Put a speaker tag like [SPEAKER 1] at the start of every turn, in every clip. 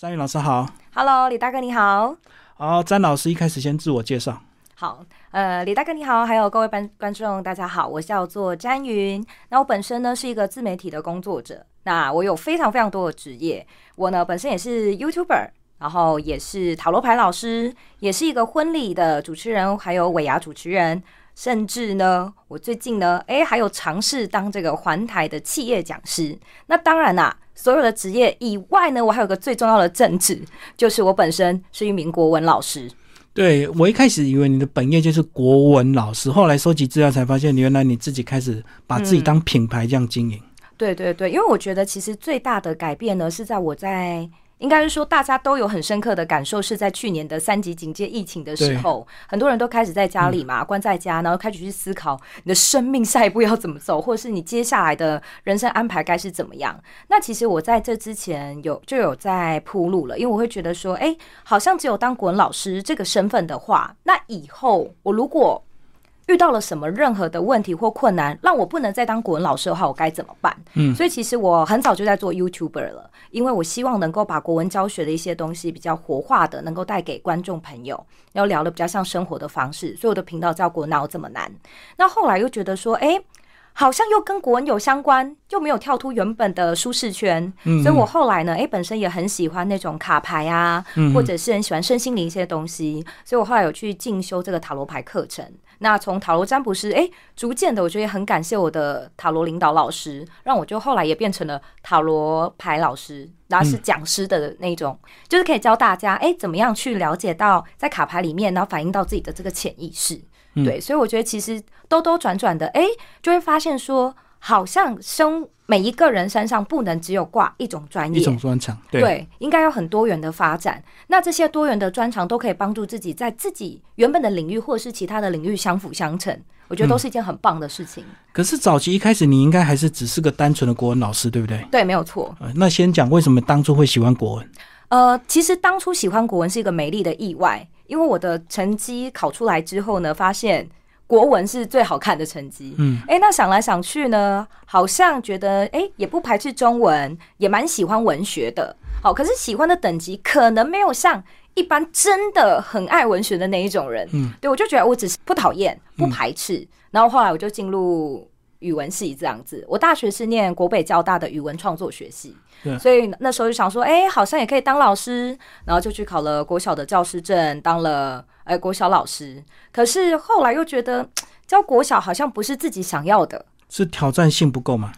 [SPEAKER 1] 詹宇老师好，
[SPEAKER 2] Hello，李大哥你好。
[SPEAKER 1] 好，詹老师一开始先自我介绍。
[SPEAKER 2] 好，呃，李大哥你好，还有各位观观众大家好，我叫做詹云。那我本身呢是一个自媒体的工作者，那我有非常非常多的职业，我呢本身也是 YouTuber，然后也是塔罗牌老师，也是一个婚礼的主持人，还有尾牙主持人，甚至呢，我最近呢，诶，还有尝试当这个环台的企业讲师。那当然啦、啊所有的职业以外呢，我还有个最重要的政治，就是我本身是一名国文老师。
[SPEAKER 1] 对我一开始以为你的本业就是国文老师，后来收集资料才发现，原来你自己开始把自己当品牌这样经营。
[SPEAKER 2] 对对对，因为我觉得其实最大的改变呢，是在我在。应该是说，大家都有很深刻的感受，是在去年的三级警戒疫情的时候，很多人都开始在家里嘛，关在家，然后开始去思考你的生命下一步要怎么走，或者是你接下来的人生安排该是怎么样。那其实我在这之前有就有在铺路了，因为我会觉得说，哎、好像只有当国文老师这个身份的话，那以后我如果遇到了什么任何的问题或困难，让我不能再当古文老师的话，我该怎么办？嗯，所以其实我很早就在做 YouTuber 了，因为我希望能够把国文教学的一些东西比较活化的，能够带给观众朋友，然后聊的比较像生活的方式，所以我的频道叫“国脑怎么难”。那后来又觉得说，哎、好像又跟国文有相关，又没有跳出原本的舒适圈，所以我后来呢，诶，本身也很喜欢那种卡牌啊，或者是很喜欢身心灵一些东西，所以我后来有去进修这个塔罗牌课程。那从塔罗占卜师，诶，逐渐的，我觉得也很感谢我的塔罗领导老师，让我就后来也变成了塔罗牌老师，然后是讲师的那种，就是可以教大家，诶，怎么样去了解到在卡牌里面，然后反映到自己的这个潜意识。
[SPEAKER 1] 嗯
[SPEAKER 2] 对，所以我觉得其实兜兜转转的，哎、就会发现说，好像生每一个人身上不能只有挂一种专业，
[SPEAKER 1] 一种专长，嗯对，
[SPEAKER 2] 应该有很多元的发展。那这些多元的专长都可以帮助自己在自己原本的领域或者是其他的领域相辅相成，我觉得都
[SPEAKER 1] 嗯
[SPEAKER 2] 是一件很棒的事情。
[SPEAKER 1] 可是早期一开始你应该还是只是个单纯的国文老师，对不对？
[SPEAKER 2] 对，没有错。
[SPEAKER 1] 呃，那先讲为什么当初会喜欢国文？
[SPEAKER 2] 呃，其实当初喜欢国文是一个美丽的意外，因为我的成绩考出来之后呢，发现国文是最好看的成绩。嗯，哎，那想来想去呢，好像觉得哎，诶也不排斥中文，也蛮喜欢文学的。好，可是喜欢的等级可能没有像一般真的很爱文学的那一种人。嗯，对我就觉得我只是不讨厌，不排斥。然后后来我就进入。语文系这样子，我大学是念国北交大的语文创作学系，所以那时候就想说，哎、好像也可以当老师，然后就去考了国小的教师证，当了哎、国小老师。可是后来又觉得嘖教国小好像不是自己想要的，
[SPEAKER 1] 是挑战性不够嘛？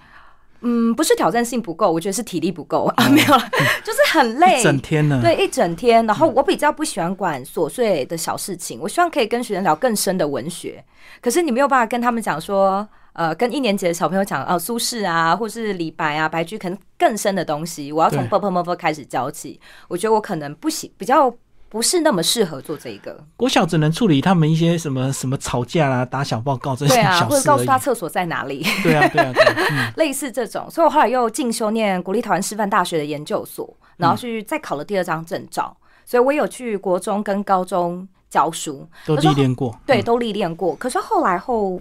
[SPEAKER 2] 嗯，不是挑战性不够，我觉得是体力不够、啊，没有了，就是很累
[SPEAKER 1] 一，整天呢？
[SPEAKER 2] 对，一整天。然后我比较不喜欢管琐碎的小事情，我希望可以跟学生聊更深的文学。可是你没有办法跟他们讲说，呃，跟一年级的小朋友讲，呃，苏轼啊，或是李白啊、白居，可能更深的东西，我要从
[SPEAKER 1] 对
[SPEAKER 2] b u b b 开始教起。我觉得我可能不喜，比较不是那么适合做这一个。
[SPEAKER 1] 国小只能处理他们一些什么什么吵架啦、打 小报告这些
[SPEAKER 2] 对啊，
[SPEAKER 1] 小
[SPEAKER 2] 或者
[SPEAKER 1] 事
[SPEAKER 2] 告
[SPEAKER 1] 而
[SPEAKER 2] 诉
[SPEAKER 1] 已。
[SPEAKER 2] 他厕所在 哪里。
[SPEAKER 1] 对啊，对啊，对啊。嗯
[SPEAKER 2] 类似这种，所以我后来又进修念国立台湾师范大学的研究所，然后去再考了第二张证照，所以我有去国中跟高中教书，
[SPEAKER 1] 都历练过，
[SPEAKER 2] 对，都历练过。可是后来后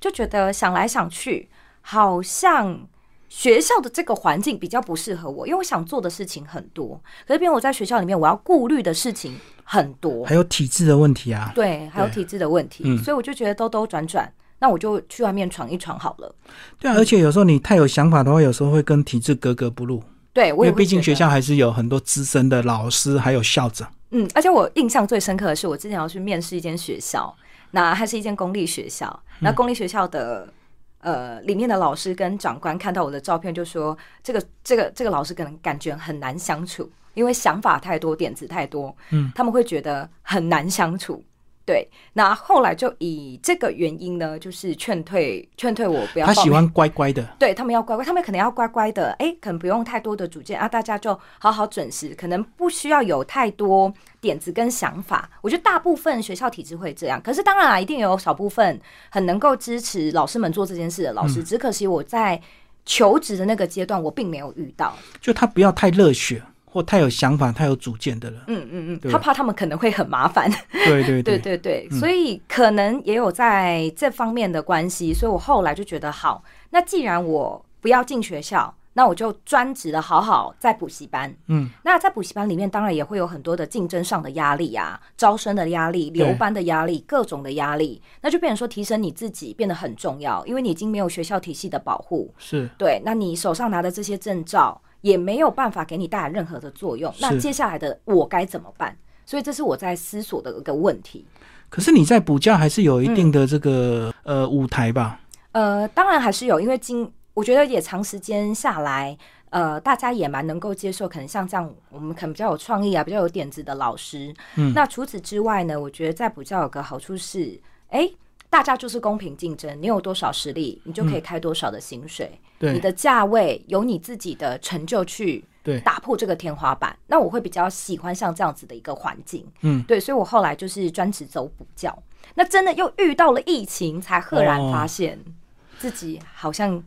[SPEAKER 2] 就觉得想来想去，好像学校的这个环境比较不适合我，因为我想做的事情很多，可是因为我在学校里面我要顾虑的事情很多，
[SPEAKER 1] 还有体制的问题啊。
[SPEAKER 2] 对，还有
[SPEAKER 1] 对
[SPEAKER 2] 体制的问题，
[SPEAKER 1] 嗯
[SPEAKER 2] 所以我就觉得兜兜转转，那我就去外面闯一闯好了。
[SPEAKER 1] 对啊，而且有时候你太有想法的话，有时候会跟体制格格不入，
[SPEAKER 2] 对，
[SPEAKER 1] 因
[SPEAKER 2] 我也
[SPEAKER 1] 为
[SPEAKER 2] 会
[SPEAKER 1] 毕竟
[SPEAKER 2] 觉
[SPEAKER 1] 学
[SPEAKER 2] 得啊
[SPEAKER 1] 校还是有很多资深的老师还有校长。
[SPEAKER 2] 嗯，而且我印象最深刻的是，我之前要去面试一间学校，那它是一间公立学校，
[SPEAKER 1] 嗯
[SPEAKER 2] 那公立学校的、呃里面的老师跟长官看到我的照片，就说这个这个这个老师可能感觉很难相处，因为想法太多，点子太多，嗯，他们会觉得很难相处。对，那后来就以这个原因呢，就是劝退劝退我不要
[SPEAKER 1] 他
[SPEAKER 2] 报
[SPEAKER 1] 喜
[SPEAKER 2] 名
[SPEAKER 1] 欢乖乖的，
[SPEAKER 2] 嗯对他们要乖乖，他们可能要乖乖的，哎，可能不用太多的主见啊，大家就好好准时，可能不需要有太多点子跟想法。我觉得大部分学校体制会这样，可是当然啊，一定有少部分很能够支持老师们做这件事的老师，只可惜我在求职的那个阶段，我并没有遇到。
[SPEAKER 1] 就他不要太热血或太有想法、太有主见的人。
[SPEAKER 2] 嗯嗯
[SPEAKER 1] 对
[SPEAKER 2] 嗯，他怕他们可能会很麻烦。
[SPEAKER 1] 对对
[SPEAKER 2] 对
[SPEAKER 1] 对，
[SPEAKER 2] 对对，所以可能也有在这方面的关系，所以我后来就觉得好，那既然我不要进学校，那我就专职的好好在补习班。
[SPEAKER 1] 嗯，
[SPEAKER 2] 那在补习班里面，当然也会有很多的竞争上的压力啊，招生的压力、留班的压力、各种的压力，那就变成说提升你自己变得很重要，因为你已经没有学校体系的保护，
[SPEAKER 1] 是
[SPEAKER 2] 对，那你手上拿的这些证照也没有办法给你带来任何的作用。那
[SPEAKER 1] 是
[SPEAKER 2] 接下来的我该怎么办？所以这是我在思索的一个问题。
[SPEAKER 1] 可是你在补教还是有一定
[SPEAKER 2] 嗯
[SPEAKER 1] 的这个、呃舞台吧？
[SPEAKER 2] 呃，当然还是有，因为今我觉得也长时间下来，呃，大家也蛮能够接受，可能像这样，我们可能比较有创意啊，比较有点子的老师。
[SPEAKER 1] 嗯
[SPEAKER 2] 那除此之外呢，我觉得在补教有个好处是，哎，大家就是公平竞争，你有多少实力，你就可以开多少的薪水，你
[SPEAKER 1] 对
[SPEAKER 2] 的价位由你自己的成就去
[SPEAKER 1] 对，
[SPEAKER 2] 打破这个天花板。那我会比较喜欢像这样子的一个环境，
[SPEAKER 1] 嗯，
[SPEAKER 2] 对，所以我后来就是专职走补教。那真的又遇到了疫情，才赫然发现
[SPEAKER 1] 哦
[SPEAKER 2] 自己好像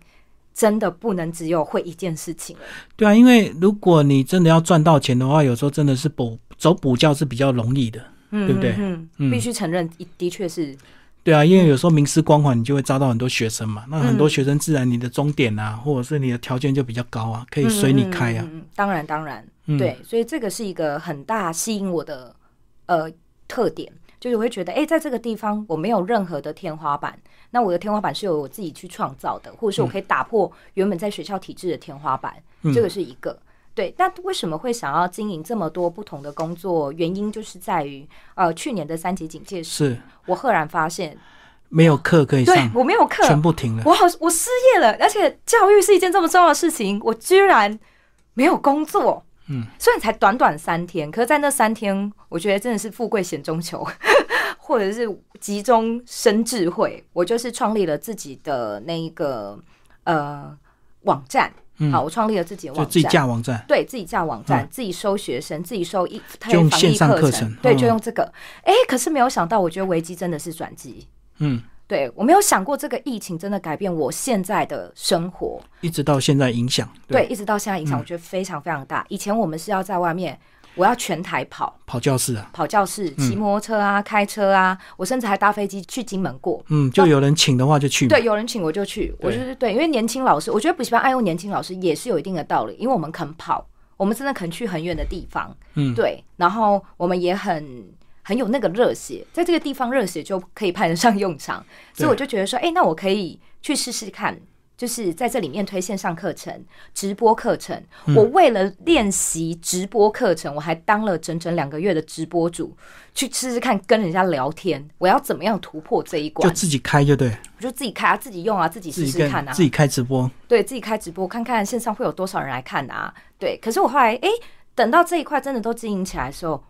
[SPEAKER 2] 真的不能只有会一件事情了。
[SPEAKER 1] 对啊，因为如果你真的要赚到钱的话，有时候真的是补走补教是比较容易的。
[SPEAKER 2] 嗯，
[SPEAKER 1] 对不对
[SPEAKER 2] 嗯，
[SPEAKER 1] 嗯
[SPEAKER 2] 必须承认，的确是，
[SPEAKER 1] 对啊，因为有时候名师光环，你就会招到很多学生
[SPEAKER 2] 嗯
[SPEAKER 1] 嘛。那很多学生自然你的终点啊，或者是你的条件就比较高啊，可以随你开啊
[SPEAKER 2] 嗯。嗯嗯嗯当然，当然，
[SPEAKER 1] 嗯，
[SPEAKER 2] 对，所以这个是一个很大吸引我的呃特点，就是我会觉得，哎、在这个地方我没有任何的天花板，那我的天花板是由我自己去创造的，或者是我可以打破原本在学校体制的天花板，
[SPEAKER 1] 嗯
[SPEAKER 2] 这个是一个。对，但为什么会想要经营这么多不同的工作？原因就是在于，呃，去年的三级警戒时，
[SPEAKER 1] 是
[SPEAKER 2] 我赫然发现，
[SPEAKER 1] 没有课可以
[SPEAKER 2] 对
[SPEAKER 1] 上，
[SPEAKER 2] 我没有课，
[SPEAKER 1] 全部停了。
[SPEAKER 2] 我好，我失业了，而且教育是一件这么重要的事情，我居然没有工作。
[SPEAKER 1] 嗯，
[SPEAKER 2] 虽然才短短三天，可是，在那三天，我觉得真的是富贵险中求， 或者是集中生智慧。我就是创立了自己的那一个呃网站，
[SPEAKER 1] 嗯
[SPEAKER 2] 好，我创立了自己的
[SPEAKER 1] 就
[SPEAKER 2] 网
[SPEAKER 1] 自己
[SPEAKER 2] 站，
[SPEAKER 1] 架网站，
[SPEAKER 2] 对自己架网站，自己收学生，自己收一
[SPEAKER 1] 就用
[SPEAKER 2] 防
[SPEAKER 1] 线
[SPEAKER 2] 疫
[SPEAKER 1] 上课
[SPEAKER 2] 课
[SPEAKER 1] 程
[SPEAKER 2] 对，
[SPEAKER 1] 嗯
[SPEAKER 2] 就用这个。哎、可是没有想到，我觉得危机真的是转机。
[SPEAKER 1] 嗯，
[SPEAKER 2] 对我没有想过这个疫情真的改变我现在的生活，
[SPEAKER 1] 一直到现在影响，
[SPEAKER 2] 对，，一直到现在影响我觉得非常非常大。以前我们是要在外面，我要全台跑，
[SPEAKER 1] 跑教室啊，
[SPEAKER 2] 跑教室、骑摩托车啊、开车啊，我甚至还搭飞机去金门过。
[SPEAKER 1] 嗯，就有人请的话就去嘛，
[SPEAKER 2] 对，有人请我就去，我
[SPEAKER 1] 对
[SPEAKER 2] 就是对，因为年轻老师，我觉得补习班爱用年轻老师也是有一定的道理，因为我们肯跑，我们真的肯去很远的地方，
[SPEAKER 1] 嗯
[SPEAKER 2] 对，然后我们也很很有那个热血，在这个地方热血就可以派得上用场，所以
[SPEAKER 1] 对
[SPEAKER 2] 我就觉得说，哎、那我可以去试试看。就是在这里面推线上课程、直播课程。
[SPEAKER 1] 嗯
[SPEAKER 2] 我为了练习直播课程，我还当了整整两个月的直播主，去试试看跟人家聊天，我要怎么样突破这一关
[SPEAKER 1] 就？自己开就对，
[SPEAKER 2] 我就自己开啊，自己用啊，自己
[SPEAKER 1] 自
[SPEAKER 2] 试
[SPEAKER 1] 己
[SPEAKER 2] 试
[SPEAKER 1] 跟
[SPEAKER 2] 看啊，
[SPEAKER 1] 自己开直播，
[SPEAKER 2] 对自己开直播看看线上会有多少人来看啊。对，可是我后来诶，等到这一块真的都经营起来的时候，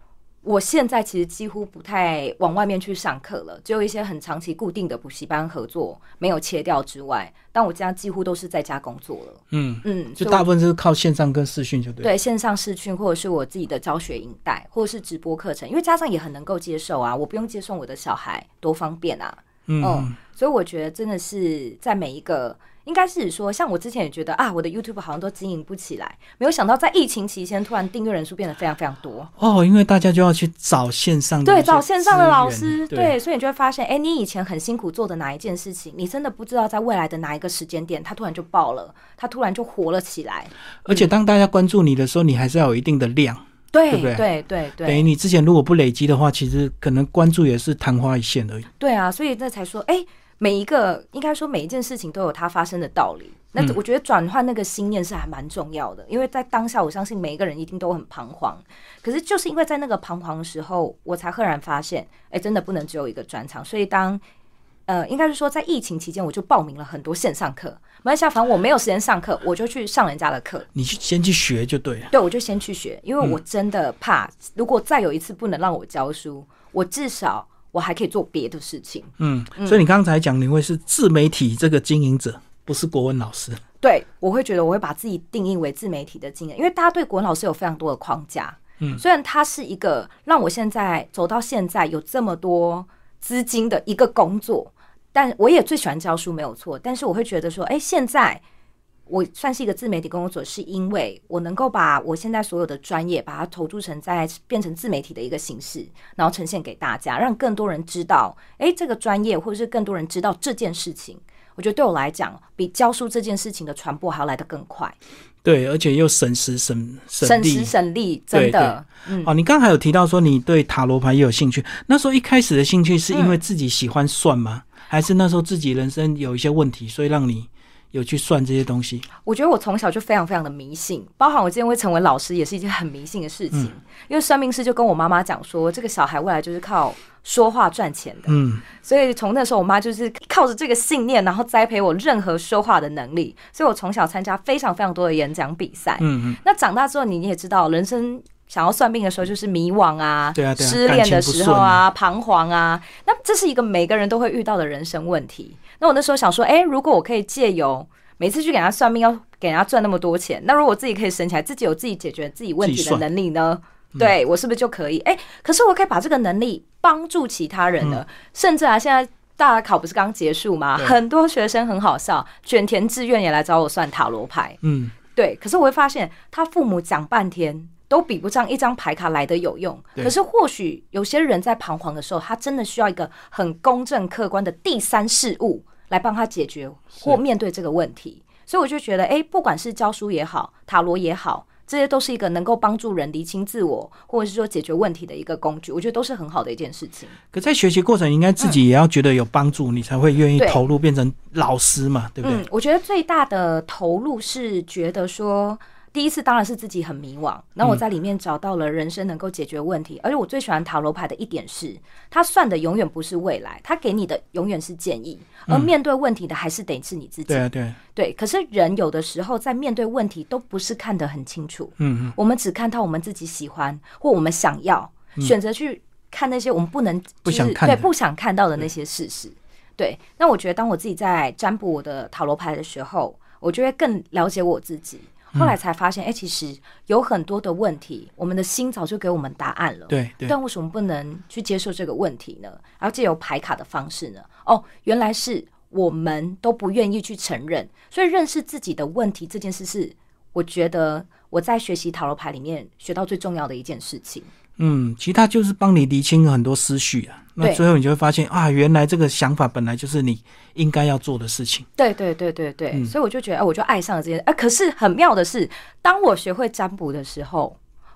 [SPEAKER 2] 我现在其实几乎不太往外面去上课了，只有一些很长期固定的补习班合作没有切掉之外，但我这样几乎都是在家工作了。
[SPEAKER 1] 嗯，
[SPEAKER 2] 嗯，
[SPEAKER 1] 就
[SPEAKER 2] 所以我
[SPEAKER 1] 大部分就是靠线上跟视讯就对，
[SPEAKER 2] 对线上视讯或者是我自己的教学影带，或者是直播课程，因为家长也很能够接受啊，我不用接送我的小孩，多方便啊。
[SPEAKER 1] 嗯，
[SPEAKER 2] 嗯，所以我觉得真的是在每一个，应该是说，像我之前也觉得啊，我的 YouTube 好像都经营不起来，没有想到在疫情期间，突然订阅人数变得非常非常多。
[SPEAKER 1] 哦，因为大家就要去找线上的
[SPEAKER 2] 对，
[SPEAKER 1] 一些
[SPEAKER 2] 找线上的老
[SPEAKER 1] 资
[SPEAKER 2] 师，
[SPEAKER 1] 源
[SPEAKER 2] 对，，所以你就会发现，哎，你以前很辛苦做的哪一件事情，你真的不知道在未来的哪一个时间点，它突然就爆了，它突然就火了起来。
[SPEAKER 1] 而且当大家关注你的时候，你还是要有一定的量，
[SPEAKER 2] 对
[SPEAKER 1] 对不对
[SPEAKER 2] 对对
[SPEAKER 1] 等于
[SPEAKER 2] 对
[SPEAKER 1] 你之前如果不累积的话，其实可能关注也是昙花一现而已，
[SPEAKER 2] 对啊，所以那才说，哎，每一个应该说每一件事情都有它发生的道理。那
[SPEAKER 1] 嗯
[SPEAKER 2] 我觉得转换那个心念是还蛮重要的，因为在当下，我相信每一个人一定都很彷徨。可是就是因为在那个彷徨的时候，我才赫然发现，哎，真的不能只有一个专场。所以当呃，应该是说在疫情期间，我就报名了很多线上课。马来西亚，反正我没有时间上课，我就去上人家的课。
[SPEAKER 1] 你去先去学就对了，
[SPEAKER 2] 对，我就先去学，因为我真的怕，如果再有一次不能让我教书，我至少我还可以做别的事情。
[SPEAKER 1] 嗯，所以你刚才讲你会是自媒体这个经营者，不是国文老师，
[SPEAKER 2] 对，我会觉得我会把自己定义为自媒体的经验，因为大家对国文老师有非常多的框架。
[SPEAKER 1] 嗯
[SPEAKER 2] 虽然他是一个让我现在走到现在有这么多资金的一个工作，但我也最喜欢教书，没有错。但是我会觉得说，哎，现在我算是一个自媒体工作者，是因为我能够把我现在所有的专业，把它投注成在变成自媒体的一个形式，然后呈现给大家，让更多人知道，哎，这个专业，或者是更多人知道这件事情。我觉得对我来讲，比教书这件事情的传播还要来得更快。
[SPEAKER 1] 对，而且又省时省省
[SPEAKER 2] 省
[SPEAKER 1] 力
[SPEAKER 2] 时。省力，真的，嗯，
[SPEAKER 1] 哦，你刚才有提到说你对塔罗牌也有兴趣，那时候一开始的兴趣是因为自己喜欢算吗？
[SPEAKER 2] 嗯
[SPEAKER 1] 还是那时候自己人生有一些问题，所以让你有去算这些东西？
[SPEAKER 2] 我觉得我从小就非常非常的迷信，包含我之前会成为老师也是一件很迷信的事情，因为算命师就跟我妈妈讲说，这个小孩未来就是靠说话赚钱的，
[SPEAKER 1] 嗯，
[SPEAKER 2] 所以从那时候我妈就是靠着这个信念，然后栽培我任何说话的能力，所以我从小参加非常非常多的演讲比赛，
[SPEAKER 1] 嗯嗯，
[SPEAKER 2] 那长大之后你也知道，人生。想要算命的时候就是迷惘啊，
[SPEAKER 1] 对啊对啊
[SPEAKER 2] 失恋的时候啊，彷徨啊，那这是一个每个人都会遇到的人生问题。那我那时候想说，哎、如果我可以借由每次去给人家算命，要给人家赚那么多钱，那如果我自己可以省起来，自己有自己解决自己问题
[SPEAKER 1] 自己
[SPEAKER 2] 的
[SPEAKER 1] 算嗯
[SPEAKER 2] 能力呢？对我是不是就可以？哎、可是我可以把这个能力帮助其他人了，甚至啊，现在。大考不是刚结束
[SPEAKER 1] 嗯
[SPEAKER 2] 吗？
[SPEAKER 1] 对
[SPEAKER 2] 很多学生很好笑，卷填志愿也来找我算塔罗牌。
[SPEAKER 1] 嗯，
[SPEAKER 2] 对，可是我会发现他父母讲半天都比不上一张牌卡来的有用。
[SPEAKER 1] 对
[SPEAKER 2] 可是或许有些人在彷徨的时候，他真的需要一个很公正客观的第三事物来帮他解决或面对这个问题。所以我就觉得，诶，不管是教书也好，塔罗也好。这些都是一个能够帮助人厘清自我，或者是说解决问题的一个工具，我觉得都是很好的一件事情。
[SPEAKER 1] 可在学习过程应该自己也要觉得有帮助，你才会愿意
[SPEAKER 2] 嗯对
[SPEAKER 1] 投入变成老师嘛，对不对？
[SPEAKER 2] 嗯，我觉得最大的投入是觉得说，第一次当然是自己很迷惘，那
[SPEAKER 1] 嗯
[SPEAKER 2] 我在里面找到了人生能够解决问题，而且我最喜欢塔罗牌的一点是，它算的永远不是未来，它给你的永远是建议，而面对问题的还是得是你自己。
[SPEAKER 1] 嗯对啊，对啊，
[SPEAKER 2] 对，可是人有的时候在面对问题都不是看得很清楚，
[SPEAKER 1] 嗯嗯，
[SPEAKER 2] 我们只看到我们自己喜欢或我们想要，选择去看那些我们不能、就是、
[SPEAKER 1] 嗯不想看的
[SPEAKER 2] 对不想看到的那些事实。对，那我觉得当我自己在占卜我的塔罗牌的时候，我就会更了解我自己。后
[SPEAKER 1] 嗯
[SPEAKER 2] 来才发现，哎、其实有很多的问题，我们的心早就给我们答案了。
[SPEAKER 1] 对对，
[SPEAKER 2] 但为什么不能去接受这个问题呢？然后借由排卡的方式呢？哦，原来是我们都不愿意去承认，所以认识自己的问题这件事是，我觉得我在学习塔罗牌里面学到最重要的一件事情。
[SPEAKER 1] 嗯，其他就是帮你厘清很多思绪啊。那
[SPEAKER 2] 对
[SPEAKER 1] 最后你就会发现啊，原来这个想法本来就是你应该要做的事情。
[SPEAKER 2] 对对对对对，所以我就觉得，哎、我就爱上了这件。哎、可是很妙的是，当我学会占卜的时候，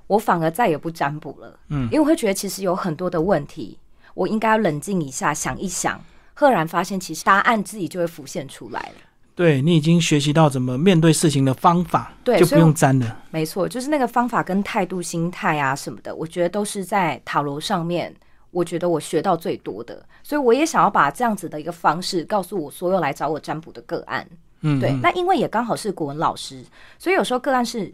[SPEAKER 2] 我反而再也不占卜了。嗯，因为我会觉得其实有很多的问题，我应该要冷静一下，想一想，赫然发现其实答案自己就会浮现出来了。
[SPEAKER 1] 对你已经学习到怎么面对事情的方法，
[SPEAKER 2] 对
[SPEAKER 1] 就
[SPEAKER 2] 所
[SPEAKER 1] 不
[SPEAKER 2] 以
[SPEAKER 1] 用粘了。
[SPEAKER 2] 没错，就是那个方法跟态度、心态啊什么的，我觉得都是在塔罗上面，我觉得我学到最多的，所以我也想要把这样子的一个方式告诉我所有来找我占卜的个案。
[SPEAKER 1] 嗯，
[SPEAKER 2] 对，
[SPEAKER 1] 嗯
[SPEAKER 2] 那因为也刚好是国文老师，所以有时候个案是。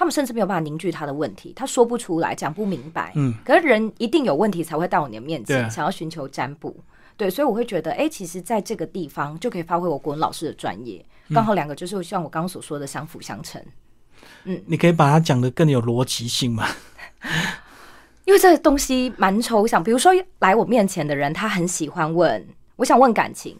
[SPEAKER 2] 他们甚至没有办法凝聚他的问题，他说不出来，讲不明白。
[SPEAKER 1] 嗯，
[SPEAKER 2] 可是人一定有问题才会到你的面
[SPEAKER 1] 对啊
[SPEAKER 2] 前，想要寻求占卜。对，所以我会觉得，哎、其实在这个地方就可以发挥我国文老师的专业，刚好两个就是像我刚刚所说的相辅相成。嗯
[SPEAKER 1] 你可以把它讲得更有逻辑性嘛。
[SPEAKER 2] 因为这个东西蛮抽象。比如说来我面前的人，他很喜欢问，我想问感情，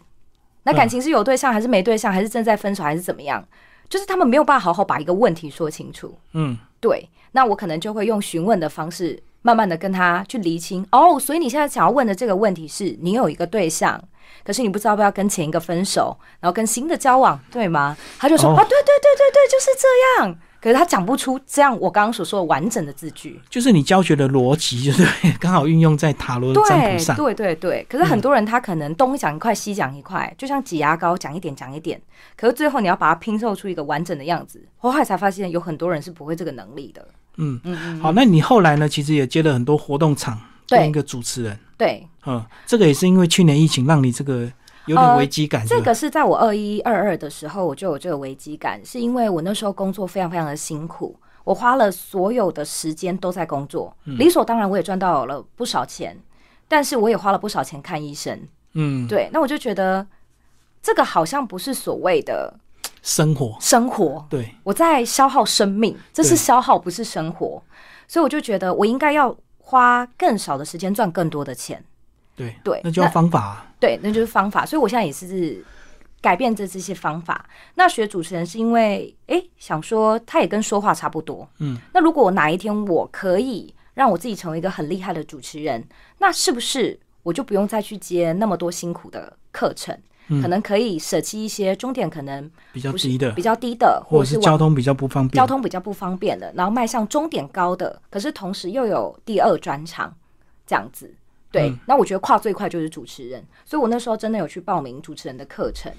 [SPEAKER 2] 那感情是有对象还是没对象，还是正在分手，还是怎么样？就是他们没有办法好好把一个问题说清楚。
[SPEAKER 1] 嗯，
[SPEAKER 2] 对，那我可能就会用询问的方式，慢慢的跟他去厘清。哦，所以你现在想要问的这个问题是你有一个对象，可是你不知道要不要跟前一个分手，然后跟新的交往，对吗？他就说，
[SPEAKER 1] 哦
[SPEAKER 2] 哦，对对对对对，就是这样。可是他讲不出这样我刚刚所说的完整的字句。
[SPEAKER 1] 就是你教学的逻辑，就是刚好运用在塔罗的占卜上。
[SPEAKER 2] 对对对，可是很多人他可能东讲一块西讲一块，就像挤牙膏讲一点讲一点，可是最后你要把它拼凑出一个完整的样子。我后来才发现有很多人是不会这个能力的。
[SPEAKER 1] 嗯，好，那你后来呢？其实也接了很多活动场，
[SPEAKER 2] 对
[SPEAKER 1] 当一个主持人。
[SPEAKER 2] 对，
[SPEAKER 1] 嗯，这个也是因为去年疫情让你这个有点
[SPEAKER 2] 呃
[SPEAKER 1] 危机感，
[SPEAKER 2] 这
[SPEAKER 1] 是吧？
[SPEAKER 2] 个是在我二一二二的时候，我就有这个危机感，是因为我那时候工作非常非常的辛苦，我花了所有的时间都在工作，理所当然我也赚到了不少钱，但是我也花了不少钱看医生。
[SPEAKER 1] 嗯，
[SPEAKER 2] 对，那我就觉得这个好像不是所谓的
[SPEAKER 1] 生活
[SPEAKER 2] 生活，
[SPEAKER 1] 对，
[SPEAKER 2] 我在消耗生命，这是
[SPEAKER 1] 对
[SPEAKER 2] 消耗，不是生活。所以我就觉得我应该要花更少的时间赚更多的钱。
[SPEAKER 1] 对
[SPEAKER 2] 对
[SPEAKER 1] 那就要方法啊、
[SPEAKER 2] 对，那就是方法。所以我现在也是改变这这些方法。那学主持人是因为，诶，想说他也跟说话差不多。
[SPEAKER 1] 嗯，
[SPEAKER 2] 那如果我哪一天我可以让我自己成为一个很厉害的主持人，那是不是我就不用再去接那么多辛苦的课程？可能可以舍弃一些终点可能
[SPEAKER 1] 嗯比较
[SPEAKER 2] 不是
[SPEAKER 1] 低的
[SPEAKER 2] 比，较低的，
[SPEAKER 1] 或
[SPEAKER 2] 或
[SPEAKER 1] 者
[SPEAKER 2] 者是
[SPEAKER 1] 是
[SPEAKER 2] 往
[SPEAKER 1] 交通比较不方便，
[SPEAKER 2] 交通比较不方便的，然后迈向终点高的，可是同时又有第二专场这样子。对，那我觉得跨最快就是主持人，所以我那时候真的有去报名主持人的课程。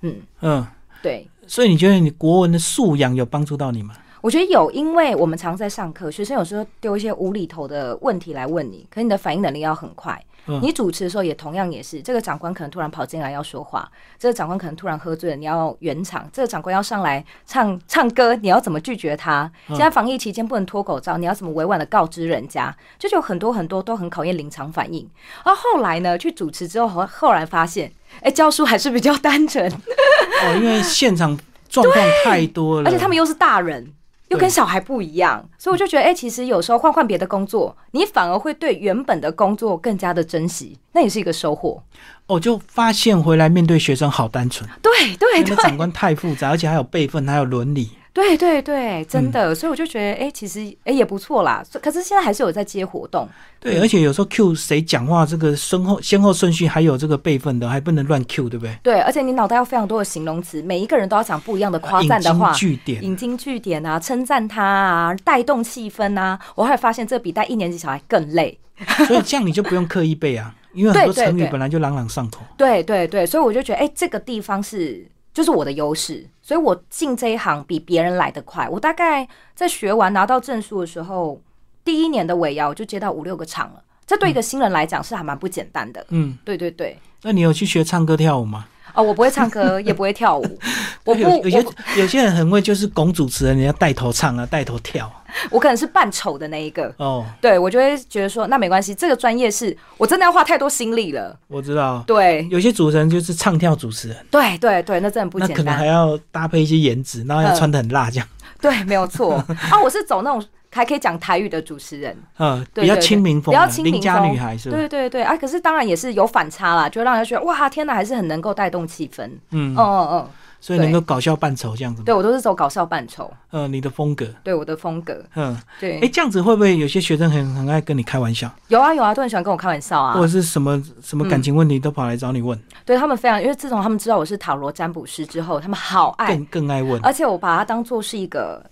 [SPEAKER 2] 嗯，
[SPEAKER 1] 嗯，
[SPEAKER 2] 对，
[SPEAKER 1] 所以你觉得你国文的素养有帮助到 你吗？
[SPEAKER 2] 我觉得有，因为我们常在上课，学生有时候丢一些无厘头的问题来问你，可你的反应能力要很快。
[SPEAKER 1] 嗯
[SPEAKER 2] 你主持的时候也同样也是，这个长官可能突然跑进来要说话，这个长官可能突然喝醉了，你要圆场，这个长官要上来唱唱歌，你要怎么拒绝他？
[SPEAKER 1] 嗯
[SPEAKER 2] 现在防疫期间不能脱口罩，你要怎么委婉的告知人家？这就有很多很多都很考验临场反应。而后来呢，去主持之后，后后来发现，哎，教书还是比较单纯，
[SPEAKER 1] 哦，因为现场状况太多了，
[SPEAKER 2] 而且他们又是大人，又跟小孩不一样，所以我就觉得，哎、其实有时候换换别的工作，你反而会对原本的工作更加的珍惜，那也是一个收获。
[SPEAKER 1] 哦就发现回来面对学生好单纯，
[SPEAKER 2] 对
[SPEAKER 1] 因
[SPEAKER 2] 哎对
[SPEAKER 1] 为长
[SPEAKER 2] 对
[SPEAKER 1] 官太复杂，而且还有辈分，还有伦理。
[SPEAKER 2] 对对对，真
[SPEAKER 1] 嗯
[SPEAKER 2] 的，所以我就觉得，哎、其实哎、也不错啦。所以可是现在还是有在接活动，
[SPEAKER 1] 对，而且有时候 Q 谁讲话，这个身后先后顺序还有这个辈分的，还不能乱 Q，对不对？
[SPEAKER 2] 对，而且你脑袋要非常多的形容词，每一个人都要讲不一样的夸赞的话
[SPEAKER 1] 啊引。经据典，
[SPEAKER 2] 引经据典啊，称赞他啊，带动气氛啊。我后来发现，这比带一年级小孩更累。
[SPEAKER 1] 所以这样你就不用刻意背啊，因为很多
[SPEAKER 2] 对对
[SPEAKER 1] 成语
[SPEAKER 2] 对
[SPEAKER 1] 本来就朗朗上口。
[SPEAKER 2] 对对对，所以我就觉得，哎、这个地方是就是我的优势，所以我进这一行比别人来得快。我大概在学完拿到证书的时候，第一年的尾牙我就接到五六个场了，这对一个新人来讲是还蛮不简单的。
[SPEAKER 1] 嗯，
[SPEAKER 2] 对对对，
[SPEAKER 1] 那你有去学唱歌跳舞吗？
[SPEAKER 2] 哦，我不会唱歌，也不会跳舞， 我不，
[SPEAKER 1] 哎有有些
[SPEAKER 2] 我不
[SPEAKER 1] 有些人很会，就是拱主持人，人家带头唱啊，带头跳啊
[SPEAKER 2] 我可能是扮丑的那一个。
[SPEAKER 1] 哦，
[SPEAKER 2] 对，我就会觉得说，那没关系，这个专业是我真的要花太多心力了。
[SPEAKER 1] 我知道。
[SPEAKER 2] 对，
[SPEAKER 1] 有些主持人就是唱跳主持人，
[SPEAKER 2] 对，对，对，那真的不
[SPEAKER 1] 那
[SPEAKER 2] 简
[SPEAKER 1] 可能
[SPEAKER 2] 单嗯
[SPEAKER 1] 还。要搭配一些颜值，然后要穿的很辣这样，
[SPEAKER 2] 对，没有错。 啊，我是走那种还可以讲台语的主持人。
[SPEAKER 1] 嗯，
[SPEAKER 2] 对
[SPEAKER 1] 比较
[SPEAKER 2] 对对
[SPEAKER 1] 亲民风
[SPEAKER 2] 比
[SPEAKER 1] 的，
[SPEAKER 2] 较亲民
[SPEAKER 1] 邻家
[SPEAKER 2] 风
[SPEAKER 1] 女孩是吧？
[SPEAKER 2] 对对对啊！可是当然也是有反差啦，就会让人觉得哇，天哪，还是很能够带动气氛。
[SPEAKER 1] 嗯
[SPEAKER 2] 嗯，嗯嗯，
[SPEAKER 1] 所以能够搞笑扮丑这样子吗，
[SPEAKER 2] 对我都是走搞笑扮丑，
[SPEAKER 1] 嗯，你的风格，
[SPEAKER 2] 对我的风格。
[SPEAKER 1] 嗯，
[SPEAKER 2] 对，
[SPEAKER 1] 哎、这样子会不会有些学生很很爱跟你开玩笑，
[SPEAKER 2] 有啊有啊，都很喜欢跟我开玩笑啊
[SPEAKER 1] 或。
[SPEAKER 2] 嗯
[SPEAKER 1] 者是什么什么感情问题都跑来找你问，
[SPEAKER 2] 对他们非常，因为自从他们知道我是塔罗占卜师之后，他们好爱，呃
[SPEAKER 1] 更更爱问？
[SPEAKER 2] 而且我把它当做是一个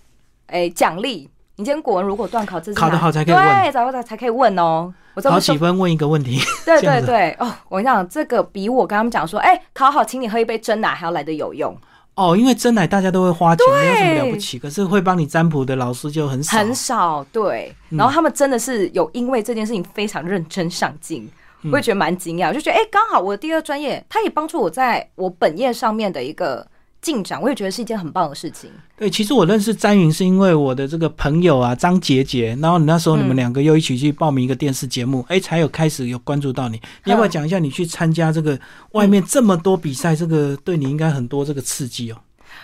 [SPEAKER 2] 哎奖励。你今天国文如果断考，这是
[SPEAKER 1] 考得
[SPEAKER 2] 哪
[SPEAKER 1] 好才可以问
[SPEAKER 2] 对，才会才可以问哦。我这
[SPEAKER 1] 考
[SPEAKER 2] 么说
[SPEAKER 1] 几，分问一个问题，
[SPEAKER 2] 对
[SPEAKER 1] 这样
[SPEAKER 2] 对
[SPEAKER 1] 子
[SPEAKER 2] 对哦，我跟你讲，这个比我跟他们讲说，哎，考好请你喝一杯真奶还要来的有用，
[SPEAKER 1] 哦，因为真奶大家都会花钱，没有什么
[SPEAKER 2] 对
[SPEAKER 1] 了不起，可是会帮你占卜的老师就很少，
[SPEAKER 2] 很少，对。
[SPEAKER 1] 嗯
[SPEAKER 2] 然后他们真的是有因为这件事情非常认真上进，
[SPEAKER 1] 嗯
[SPEAKER 2] 我也觉得蛮惊讶，我就觉得哎，诶刚好我的第二专业，它也帮助我在我本业上面的一个进展，我也觉得是一件很棒的事情。
[SPEAKER 1] 对，其实我认识詹云是因为我的这个朋友啊，张杰杰，然后你那时候你们
[SPEAKER 2] 嗯
[SPEAKER 1] 两个又一起去报名一个电视节目，哎、才有开始有关注到你。你要不要讲一下你去参加这个外面这么多比赛，这个对你应该很多这个刺激哦，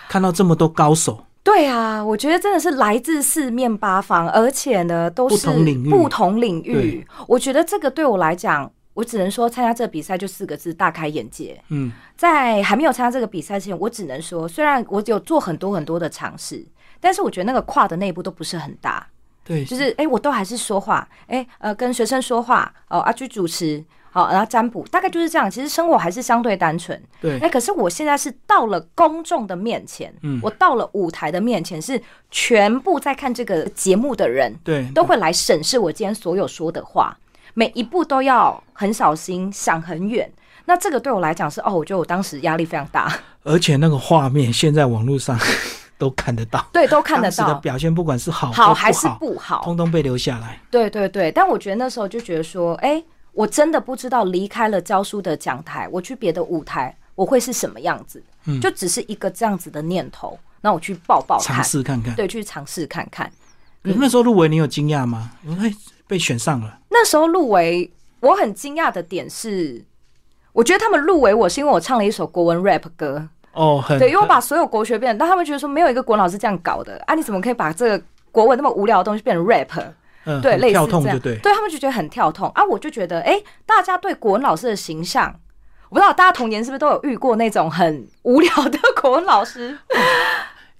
[SPEAKER 1] 看到这么多高手，
[SPEAKER 2] 对啊，我觉得真的是来自四面八方，而且呢都是
[SPEAKER 1] 不同领域
[SPEAKER 2] 不同领域
[SPEAKER 1] 对
[SPEAKER 2] 我觉得这个对我来讲，我只能说参加这比赛就四个字：大开眼界。
[SPEAKER 1] 嗯，
[SPEAKER 2] 在还没有参加这个比赛之前，我只能说，虽然我有做很多很多的尝试，但是我觉得那个跨的内部都不是很大。
[SPEAKER 1] 对，
[SPEAKER 2] 就是哎、诶我都还是说话，哎、呃，跟学生说话，哦、啊，去主持，好、然后占卜，大概就是这样。其实生活还是相对单纯，
[SPEAKER 1] 对
[SPEAKER 2] 哎、，可是我现在是到了公众的面前，
[SPEAKER 1] 嗯
[SPEAKER 2] 我到了舞台的面前，是全部在看这个节目的人
[SPEAKER 1] 对，
[SPEAKER 2] 都会来审视我今天所有说的话，每一步都要很小心，想很远。那这个对我来讲是哦，我觉得我当时压力非 常大，
[SPEAKER 1] 而且那个画面现在网络上 都看得到，
[SPEAKER 2] 对，都看得
[SPEAKER 1] 当时的
[SPEAKER 2] 到，
[SPEAKER 1] 表现，不管是好
[SPEAKER 2] 好
[SPEAKER 1] 或
[SPEAKER 2] 还是
[SPEAKER 1] 不
[SPEAKER 2] 不好
[SPEAKER 1] 好，，通通被留下来。
[SPEAKER 2] 对对对，但我觉得那时候就觉得说，哎、我真的不知道离开了教书的讲台，我去别的舞台，我会是什么样子？
[SPEAKER 1] 嗯
[SPEAKER 2] 就只是一个这样子的念头，那我去抱抱
[SPEAKER 1] 尝
[SPEAKER 2] 看，
[SPEAKER 1] 试看看。
[SPEAKER 2] 对，去尝试看看。
[SPEAKER 1] 可是那时候入围，你有惊讶吗？哎、被选上了，
[SPEAKER 2] 那时候入围，我很惊讶的点是，我觉得他们入围我是因为我唱了一首国文 rap 歌，
[SPEAKER 1] 哦，很
[SPEAKER 2] 对，因为我把所有国学变，但他们觉得说没有一个国文老师这样搞的啊，你怎么可以把这个国文那么无聊的东西变成 rap？
[SPEAKER 1] 嗯
[SPEAKER 2] 对，
[SPEAKER 1] 很
[SPEAKER 2] 类似
[SPEAKER 1] 跳痛
[SPEAKER 2] 这
[SPEAKER 1] 就
[SPEAKER 2] 样，
[SPEAKER 1] 对，
[SPEAKER 2] 他们就觉得很跳痛啊。我就觉得，哎、大家对国文老师的形象，我不知道大家童年是不是都有遇过那种很无聊的国文老师？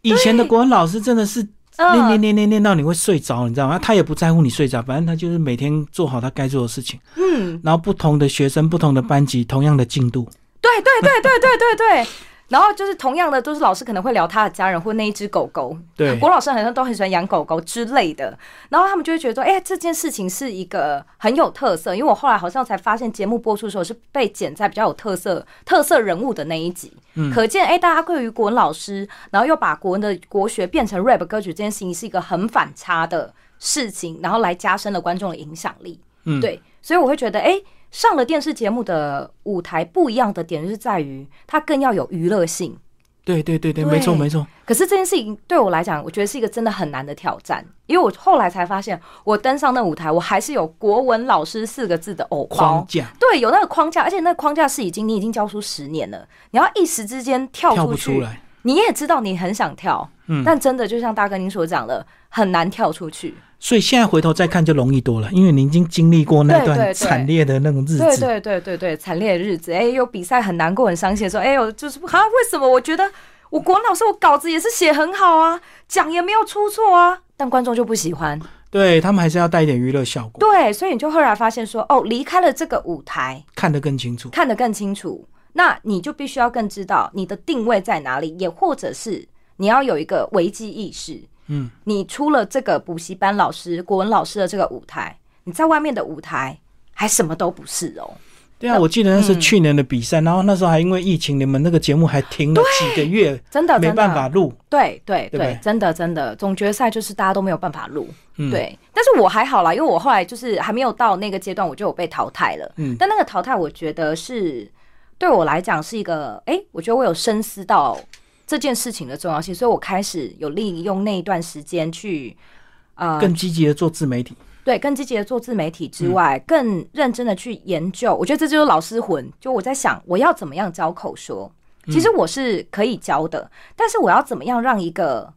[SPEAKER 1] 以前的国文老师真的是念念
[SPEAKER 2] 嗯
[SPEAKER 1] 念念念到你会睡着，你知道吗？他也不在乎你睡着，反正他就是每天做好他该做的事情。
[SPEAKER 2] 嗯，
[SPEAKER 1] 然后不同的学生、不同的班级，同样的进度，
[SPEAKER 2] 对对对对对对对。然后就是同样的，都是老师可能会聊他的家人或那一只狗狗。
[SPEAKER 1] 对
[SPEAKER 2] 郭老师好像都很喜欢养狗狗之类的。然后他们就会觉得说，哎、这件事情是一个很有特色。因为我后来好像才发现，节目播出的时候是被剪在比较有特色、特色人物的那一集。
[SPEAKER 1] 嗯
[SPEAKER 2] 可见，哎，大家对于国文老师，然后又把国文的国学变成 rap 歌曲这件事情，是一个很反差的事情，然后来加深了观众的影响力。
[SPEAKER 1] 嗯，
[SPEAKER 2] 对，所以我会觉得，哎、上了电视节目的舞台不一样的点就是在于它更要有娱乐性。
[SPEAKER 1] 对对对对，
[SPEAKER 2] 对
[SPEAKER 1] 没错没错，
[SPEAKER 2] 可是这件事情对我来讲，我觉得是一个真的很难的挑战，因为我后来才发现，我登上那舞台，我还是有国文老师四个字的偶
[SPEAKER 1] 框
[SPEAKER 2] 包。
[SPEAKER 1] 架
[SPEAKER 2] 对，有那个框架，而且那个框架是已经你已经教书十年了，你要一时之间跳
[SPEAKER 1] 跳
[SPEAKER 2] 出
[SPEAKER 1] 不
[SPEAKER 2] 去，
[SPEAKER 1] 出来。
[SPEAKER 2] 你也知道你很想跳，
[SPEAKER 1] 嗯
[SPEAKER 2] 但真的就像大哥您所讲的，很难跳出去。
[SPEAKER 1] 所以现在回头再看就容易多了，因为你已经经历过那
[SPEAKER 2] 对对
[SPEAKER 1] 段
[SPEAKER 2] 对
[SPEAKER 1] 惨烈的那种日
[SPEAKER 2] 对
[SPEAKER 1] 子。
[SPEAKER 2] 对对对对，惨烈的日子，哎、有比赛很难过、很伤心的时候，哎、呦，就是啊，为什么我觉得我国文老师我稿子也是写很好啊，讲也没有出错啊，但观众就不喜欢。
[SPEAKER 1] 对他们还是要带一点娱乐效果，
[SPEAKER 2] 对，所以你就后来发现说，哦，离开了这个舞台，
[SPEAKER 1] 看得更清楚。
[SPEAKER 2] 看得更清楚，那你就必须要更知道你的定位在哪里，也或者是你要有一个危机意识。
[SPEAKER 1] 嗯，
[SPEAKER 2] 你出了这个补习班老师、国文老师的这个舞台，你在外面的舞台还什么都不是哦。
[SPEAKER 1] 对啊，我记得那是去年的比赛，然后那时候还因为疫情，你们那个节目还停了几个月，
[SPEAKER 2] 真的，真的
[SPEAKER 1] 没办法录。
[SPEAKER 2] 对对
[SPEAKER 1] 对不
[SPEAKER 2] 对
[SPEAKER 1] 对，
[SPEAKER 2] 真的真的，总决赛就是大家都没有办法录，
[SPEAKER 1] 嗯
[SPEAKER 2] 对。但是我还好啦，因为我后来就是还没有到那个阶段，我就有被淘汰了。
[SPEAKER 1] 嗯
[SPEAKER 2] 但那个淘汰，我觉得是对我来讲是一个，哎、我觉得我有深思到这件事情的重要性，所以我开始有利用那一段时间去，呃，
[SPEAKER 1] 更积极的做自媒体。
[SPEAKER 2] 对，更积极的做自媒体之外，更认真的去研究。我觉得这就是老师魂。就我在想，我要怎么样教口说？其实我是可以教的，但是我要怎么样让一个，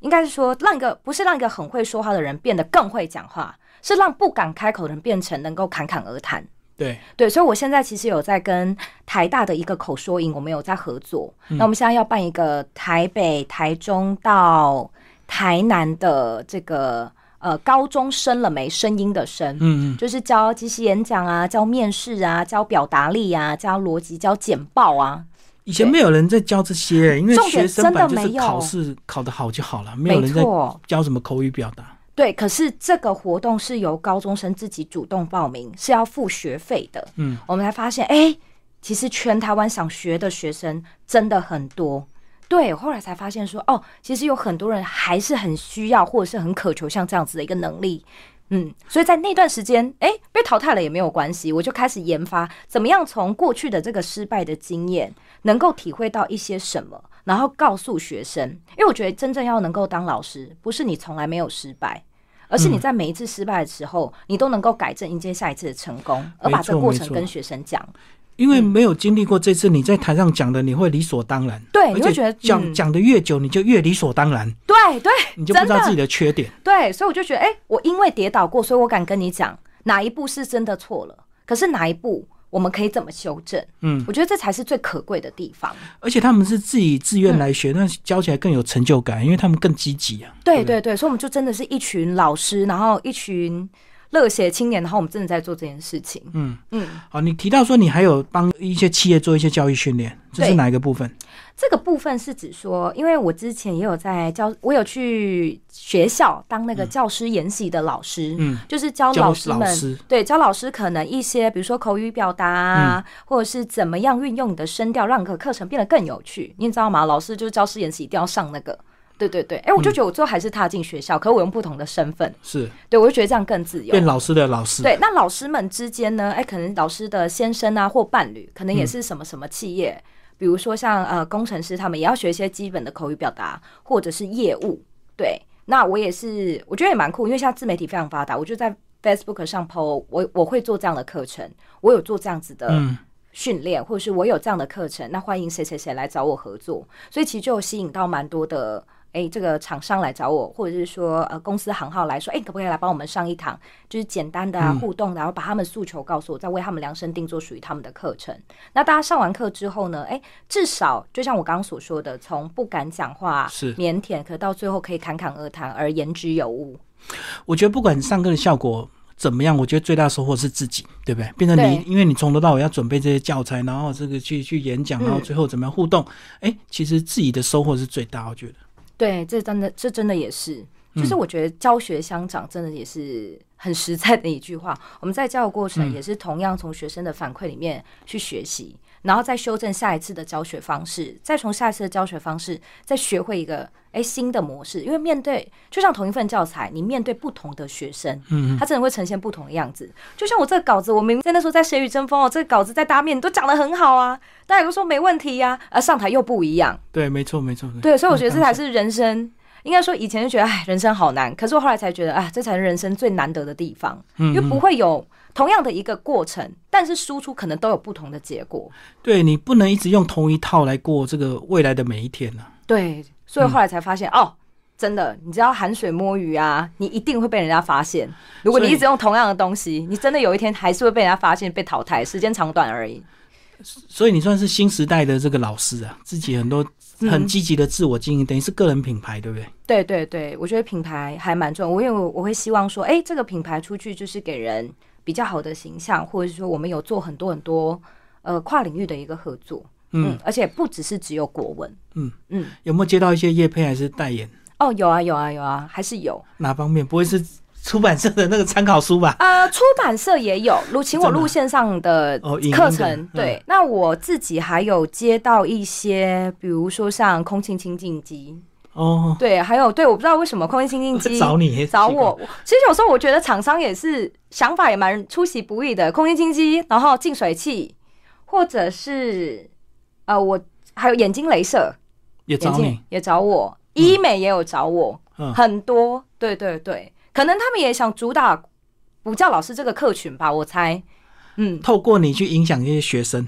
[SPEAKER 2] 应该是说让一个不是让一个很会说话的人变得更会讲话，是让不敢开口的人变成能够侃侃而谈。
[SPEAKER 1] 对，
[SPEAKER 2] 对，所以我现在其实有在跟台大的一个口说营，我们有在合作。
[SPEAKER 1] 嗯
[SPEAKER 2] 那我们现在要办一个台北、台中到台南的这个呃高中生了没声音的声，
[SPEAKER 1] 嗯嗯，
[SPEAKER 2] 就是教即席演讲啊，教面试啊，教表达力啊，教逻辑，教简报啊。
[SPEAKER 1] 以前没有人在教这些，欸因为
[SPEAKER 2] 重
[SPEAKER 1] 学
[SPEAKER 2] 点
[SPEAKER 1] 生本来就
[SPEAKER 2] 真的
[SPEAKER 1] 是
[SPEAKER 2] 没有
[SPEAKER 1] 考试考得好就好了，没有
[SPEAKER 2] 没
[SPEAKER 1] 人在
[SPEAKER 2] 错，
[SPEAKER 1] 教什么口语表达。
[SPEAKER 2] 对。可是这个活动是由高中生自己主动报名，是要付学费的。
[SPEAKER 1] 嗯，
[SPEAKER 2] 我们才发现，哎、其实全台湾想学的学生真的很多。对，后来才发现说，哦，其实有很多人还是很需要或者是很渴求像这样子的一个能力。嗯，所以在那段时间，哎、被淘汰了也没有关系，我就开始研发怎么样从过去的这个失败的经验，能够体会到一些什么，然后告诉学生。因为我觉得真正要能够当老师，不是你从来没有失败，而是你在每一次失败的时候，你都能够改正，迎接下一次的成功，而把这个过程跟学生讲。
[SPEAKER 1] 因为没有经历过这次，你在台上讲的，你会理所当然。
[SPEAKER 2] 对，
[SPEAKER 1] 而
[SPEAKER 2] 你会觉
[SPEAKER 1] 且
[SPEAKER 2] 得
[SPEAKER 1] 讲
[SPEAKER 2] 嗯
[SPEAKER 1] 讲的越久，你就越理所当然，
[SPEAKER 2] 对对
[SPEAKER 1] 你就不知道
[SPEAKER 2] 真的
[SPEAKER 1] 自己的缺点。
[SPEAKER 2] 对，所以我就觉得，哎、我因为跌倒过，所以我敢跟你讲哪一步是真的错了，可是哪一步我们可以怎么修正？
[SPEAKER 1] 嗯，
[SPEAKER 2] 我觉得这才是最可贵的地方。
[SPEAKER 1] 而且他们是自己自愿来学，那教起来更有成就感，因为他们更积极啊。
[SPEAKER 2] 对对对，所以我们就真的是一群老师，然后一群热血青年，然后我们真的在做这件事情。
[SPEAKER 1] 嗯
[SPEAKER 2] 嗯。
[SPEAKER 1] 好，你提到说你还有帮一些企业做一些教育训练，这是
[SPEAKER 2] 对
[SPEAKER 1] 哪一个部分？
[SPEAKER 2] 这个部分是指说，因为我之前也有在教，我有去学校当那个教师研习的老师，
[SPEAKER 1] 嗯，
[SPEAKER 2] 就是教
[SPEAKER 1] 教
[SPEAKER 2] 老师
[SPEAKER 1] 老
[SPEAKER 2] 们
[SPEAKER 1] 师
[SPEAKER 2] 对教老师可能一些，比如说口语表达啊，
[SPEAKER 1] 嗯
[SPEAKER 2] 或者是怎么样运用你的声调，让你的课程变得更有趣。你也知道吗？老师就是教师研习一定要上那个。对对对，哎、我就
[SPEAKER 1] 嗯
[SPEAKER 2] 觉得我最后还是踏进学校，可我用不同的身份，
[SPEAKER 1] 是
[SPEAKER 2] 对我就觉得这样更自由。
[SPEAKER 1] 变老师的老师。
[SPEAKER 2] 对，那老师们之间呢？哎，可能老师的先生啊，或伴侣，可能也是什么什么企业，比如说像呃工程师，他们也要学一些基本的口语表达，或者是业务。对，那我也是，我觉得也蛮酷，因为现在自媒体非常发达，我就在 Facebook 上 PO 我我会做这样的课程，我有做这样子的
[SPEAKER 1] 嗯，
[SPEAKER 2] 训练，或者是我有这样的课程，那欢迎谁谁谁来找我合作。所以其实就有吸引到蛮多的，诶，这个厂商来找我，或者是说呃公司行号来说，诶，可不可以来帮我们上一堂，就是简单的、啊、互动的，然后把他们诉求告诉我，再为他们量身定做属于他们的课程。那大家上完课之后呢，诶，至少就像我刚刚所说的，从不敢讲话、
[SPEAKER 1] 是
[SPEAKER 2] 腼腆，可到最后可以侃侃而谈而言之有物。
[SPEAKER 1] 我觉得不管上课的效果。怎么样？我觉得最大收获是自己，对不对？变成你
[SPEAKER 2] 对，
[SPEAKER 1] 因为你从头到尾要准备这些教材，然后这个去去演讲，
[SPEAKER 2] 嗯
[SPEAKER 1] 然后最后怎么样互动？哎、其实自己的收获是最大，我觉得。
[SPEAKER 2] 对，这真的，这真的也是，
[SPEAKER 1] 嗯
[SPEAKER 2] 就是我觉得教学相长真的也是很实在的一句话。我们在教育
[SPEAKER 1] 嗯
[SPEAKER 2] 过程也是同样从学生的反馈里面去学习，然后再修正下一次的教学方式，再从下一次的教学方式再学会一个哎新的模式。因为面对就像同一份教材，你面对不同的学生，
[SPEAKER 1] 嗯，
[SPEAKER 2] 他真的会呈现不同的样子。就像我这个稿子，我明明在那时候在谁与争锋哦，这个稿子在大家面都讲得很好啊，大家都说没问题呀、啊，上台又不一样。
[SPEAKER 1] 对，没错，没错。
[SPEAKER 2] 对，所以我觉得这才
[SPEAKER 1] 是
[SPEAKER 2] 是人生。应该说以前就觉得，哎，人生好难。可是我后来才觉得，啊，这才是人生最难得的地方，
[SPEAKER 1] 嗯
[SPEAKER 2] 因为不会有同样的一个过程，但是输出可能都有不同的结果。
[SPEAKER 1] 对你不能一直用同一套来过这个未来的每一天啊呢、
[SPEAKER 2] 对，所以后来才发现，
[SPEAKER 1] 嗯
[SPEAKER 2] 哦，真的，你只要含水摸鱼啊，你一定会被人家发现。如果你
[SPEAKER 1] 所以
[SPEAKER 2] 一直用同样的东西，你真的有一天还是会被人家发现，被淘汰，时间长短而已。
[SPEAKER 1] 所以你算是新时代的这个老师啊，自己很多
[SPEAKER 2] 嗯
[SPEAKER 1] 很积极的自我经营，等于是个人品牌，对不对？
[SPEAKER 2] 对对对，我觉得品牌还蛮重要，我因为我我会希望说，哎，这个品牌出去就是给人比较好的形象，或者是说我们有做很多很多呃跨领域的一个合作，
[SPEAKER 1] 嗯，
[SPEAKER 2] 而且不只是只有国文，
[SPEAKER 1] 嗯
[SPEAKER 2] 嗯，
[SPEAKER 1] 有没有接到一些业配还是代言？
[SPEAKER 2] 哦，有啊有啊有啊，还是有，
[SPEAKER 1] 哪方面？不会是出版社的那个参考书吧？
[SPEAKER 2] 呃，出版社也有，如请我
[SPEAKER 1] 真的啊
[SPEAKER 2] 录线上的
[SPEAKER 1] 哦影音的
[SPEAKER 2] 课程
[SPEAKER 1] 嗯，
[SPEAKER 2] 对，那我自己还有接到一些，比如说像空气清净机，
[SPEAKER 1] 哦，
[SPEAKER 2] 对，还有对，我不知道为什么空气清净 机
[SPEAKER 1] 找你，
[SPEAKER 2] 找我。其实有时候我觉得厂商也是想法也蛮出其不意的，空气清新机，然后净水器，或者是呃，我还有眼睛镭射，
[SPEAKER 1] 也
[SPEAKER 2] 眼
[SPEAKER 1] 找你
[SPEAKER 2] 镜，也找我，医美也有找我，
[SPEAKER 1] 嗯，
[SPEAKER 2] 很多，对对对，可能他们也想主打补教老师这个客群吧，我猜。嗯，
[SPEAKER 1] 透过你去影响一些学生，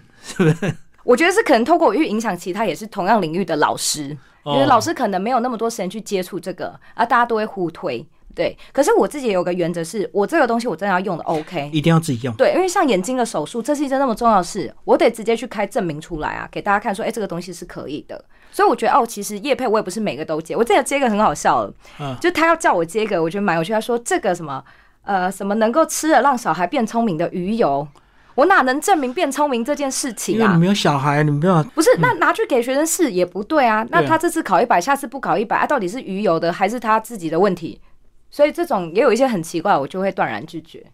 [SPEAKER 2] 我觉得是可能透过我去影响其他也是同样领域的老师，
[SPEAKER 1] 哦
[SPEAKER 2] 因为老师可能没有那么多时间去接触这个，啊，大家都会互推。对，可是我自己也有个原则是，我这个东西我真的要用的 OK，
[SPEAKER 1] 一定要自己用。
[SPEAKER 2] 对，因为像眼睛的手术，这是一件那么重要的事，我得直接去开证明出来啊，给大家看说，哎、这个东西是可以的。所以我觉得哦，其实叶配我也不是每个都接，我这个接一个很好笑的，
[SPEAKER 1] 嗯
[SPEAKER 2] 就他要叫我接一个，我觉得蛮有趣。他说这个什么呃什么能够吃了让小孩变聪明的鱼油，我哪能证明变聪明这件事
[SPEAKER 1] 因
[SPEAKER 2] 情
[SPEAKER 1] 为你
[SPEAKER 2] 啊？
[SPEAKER 1] 没有小孩，你没有
[SPEAKER 2] 不是，那拿去给学生试也不对啊。那
[SPEAKER 1] 对啊
[SPEAKER 2] 他这次考一百，下次不考一百，啊，到底是鱼油的还是他自己的问题？所以这种也有一些很奇怪，我就会断然拒绝。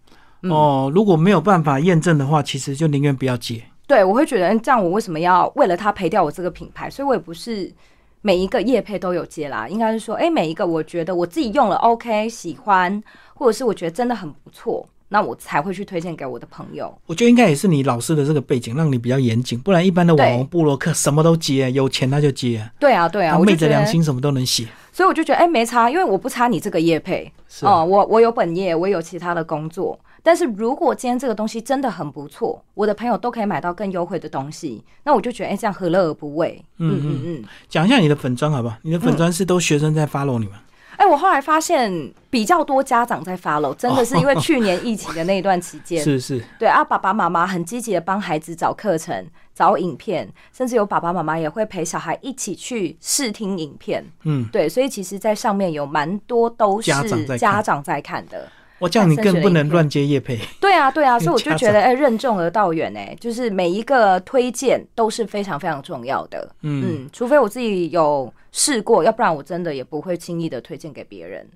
[SPEAKER 2] 嗯
[SPEAKER 1] 哦。如果没有办法验证的话，其实就宁愿不要接。
[SPEAKER 2] 对，我会觉得嗯这样我为什么要为了他赔掉我这个品牌？所以我也不是每一个业配都有接啦，应该是说，哎，每一个我觉得我自己用了 OK 喜欢，或者是我觉得真的很不错，那我才会去推荐给我的朋友。
[SPEAKER 1] 我觉得应该也是你老师的这个背景，让你比较严谨，不然一般的网红
[SPEAKER 2] 对
[SPEAKER 1] 部落客什么都接，有钱他就接，
[SPEAKER 2] 对啊，对啊，
[SPEAKER 1] 他
[SPEAKER 2] 我就
[SPEAKER 1] 昧
[SPEAKER 2] 觉
[SPEAKER 1] 着
[SPEAKER 2] 得
[SPEAKER 1] 良，心什么都能写。
[SPEAKER 2] 所以我就觉得，哎，没差，因为我不差你这个业配
[SPEAKER 1] 是
[SPEAKER 2] 哦、我我有本业，我有其他的工作。但是如果今天这个东西真的很不错，我的朋友都可以买到更优惠的东西，那我就觉得，哎，这样何乐而不为？嗯嗯嗯。
[SPEAKER 1] 讲一下你的粉砖好不好？你的粉砖是都学生在 follow 你吗？
[SPEAKER 2] 哎、我后来发现比较多家长在发了，真的是因为去年疫情的那一段期间，
[SPEAKER 1] 哦是是，
[SPEAKER 2] 对啊，爸爸妈妈很积极的帮孩子找课程、找影片，甚至有爸爸妈妈也会陪小孩一起去试听影片。
[SPEAKER 1] 嗯，
[SPEAKER 2] 对，所以其实，在上面有蛮多都
[SPEAKER 1] 家长
[SPEAKER 2] 是
[SPEAKER 1] 在看
[SPEAKER 2] 家长在看的。
[SPEAKER 1] 我这样你更不能乱接叶配。
[SPEAKER 2] 对啊，对啊，所以我就
[SPEAKER 1] 家
[SPEAKER 2] 觉
[SPEAKER 1] 长
[SPEAKER 2] 得，哎、任重而道远、哎，就是每一个推荐都是非常非常重要的。
[SPEAKER 1] 嗯，
[SPEAKER 2] 嗯，除非我自己有试过，要不然我真的也不会轻易的推荐给别人。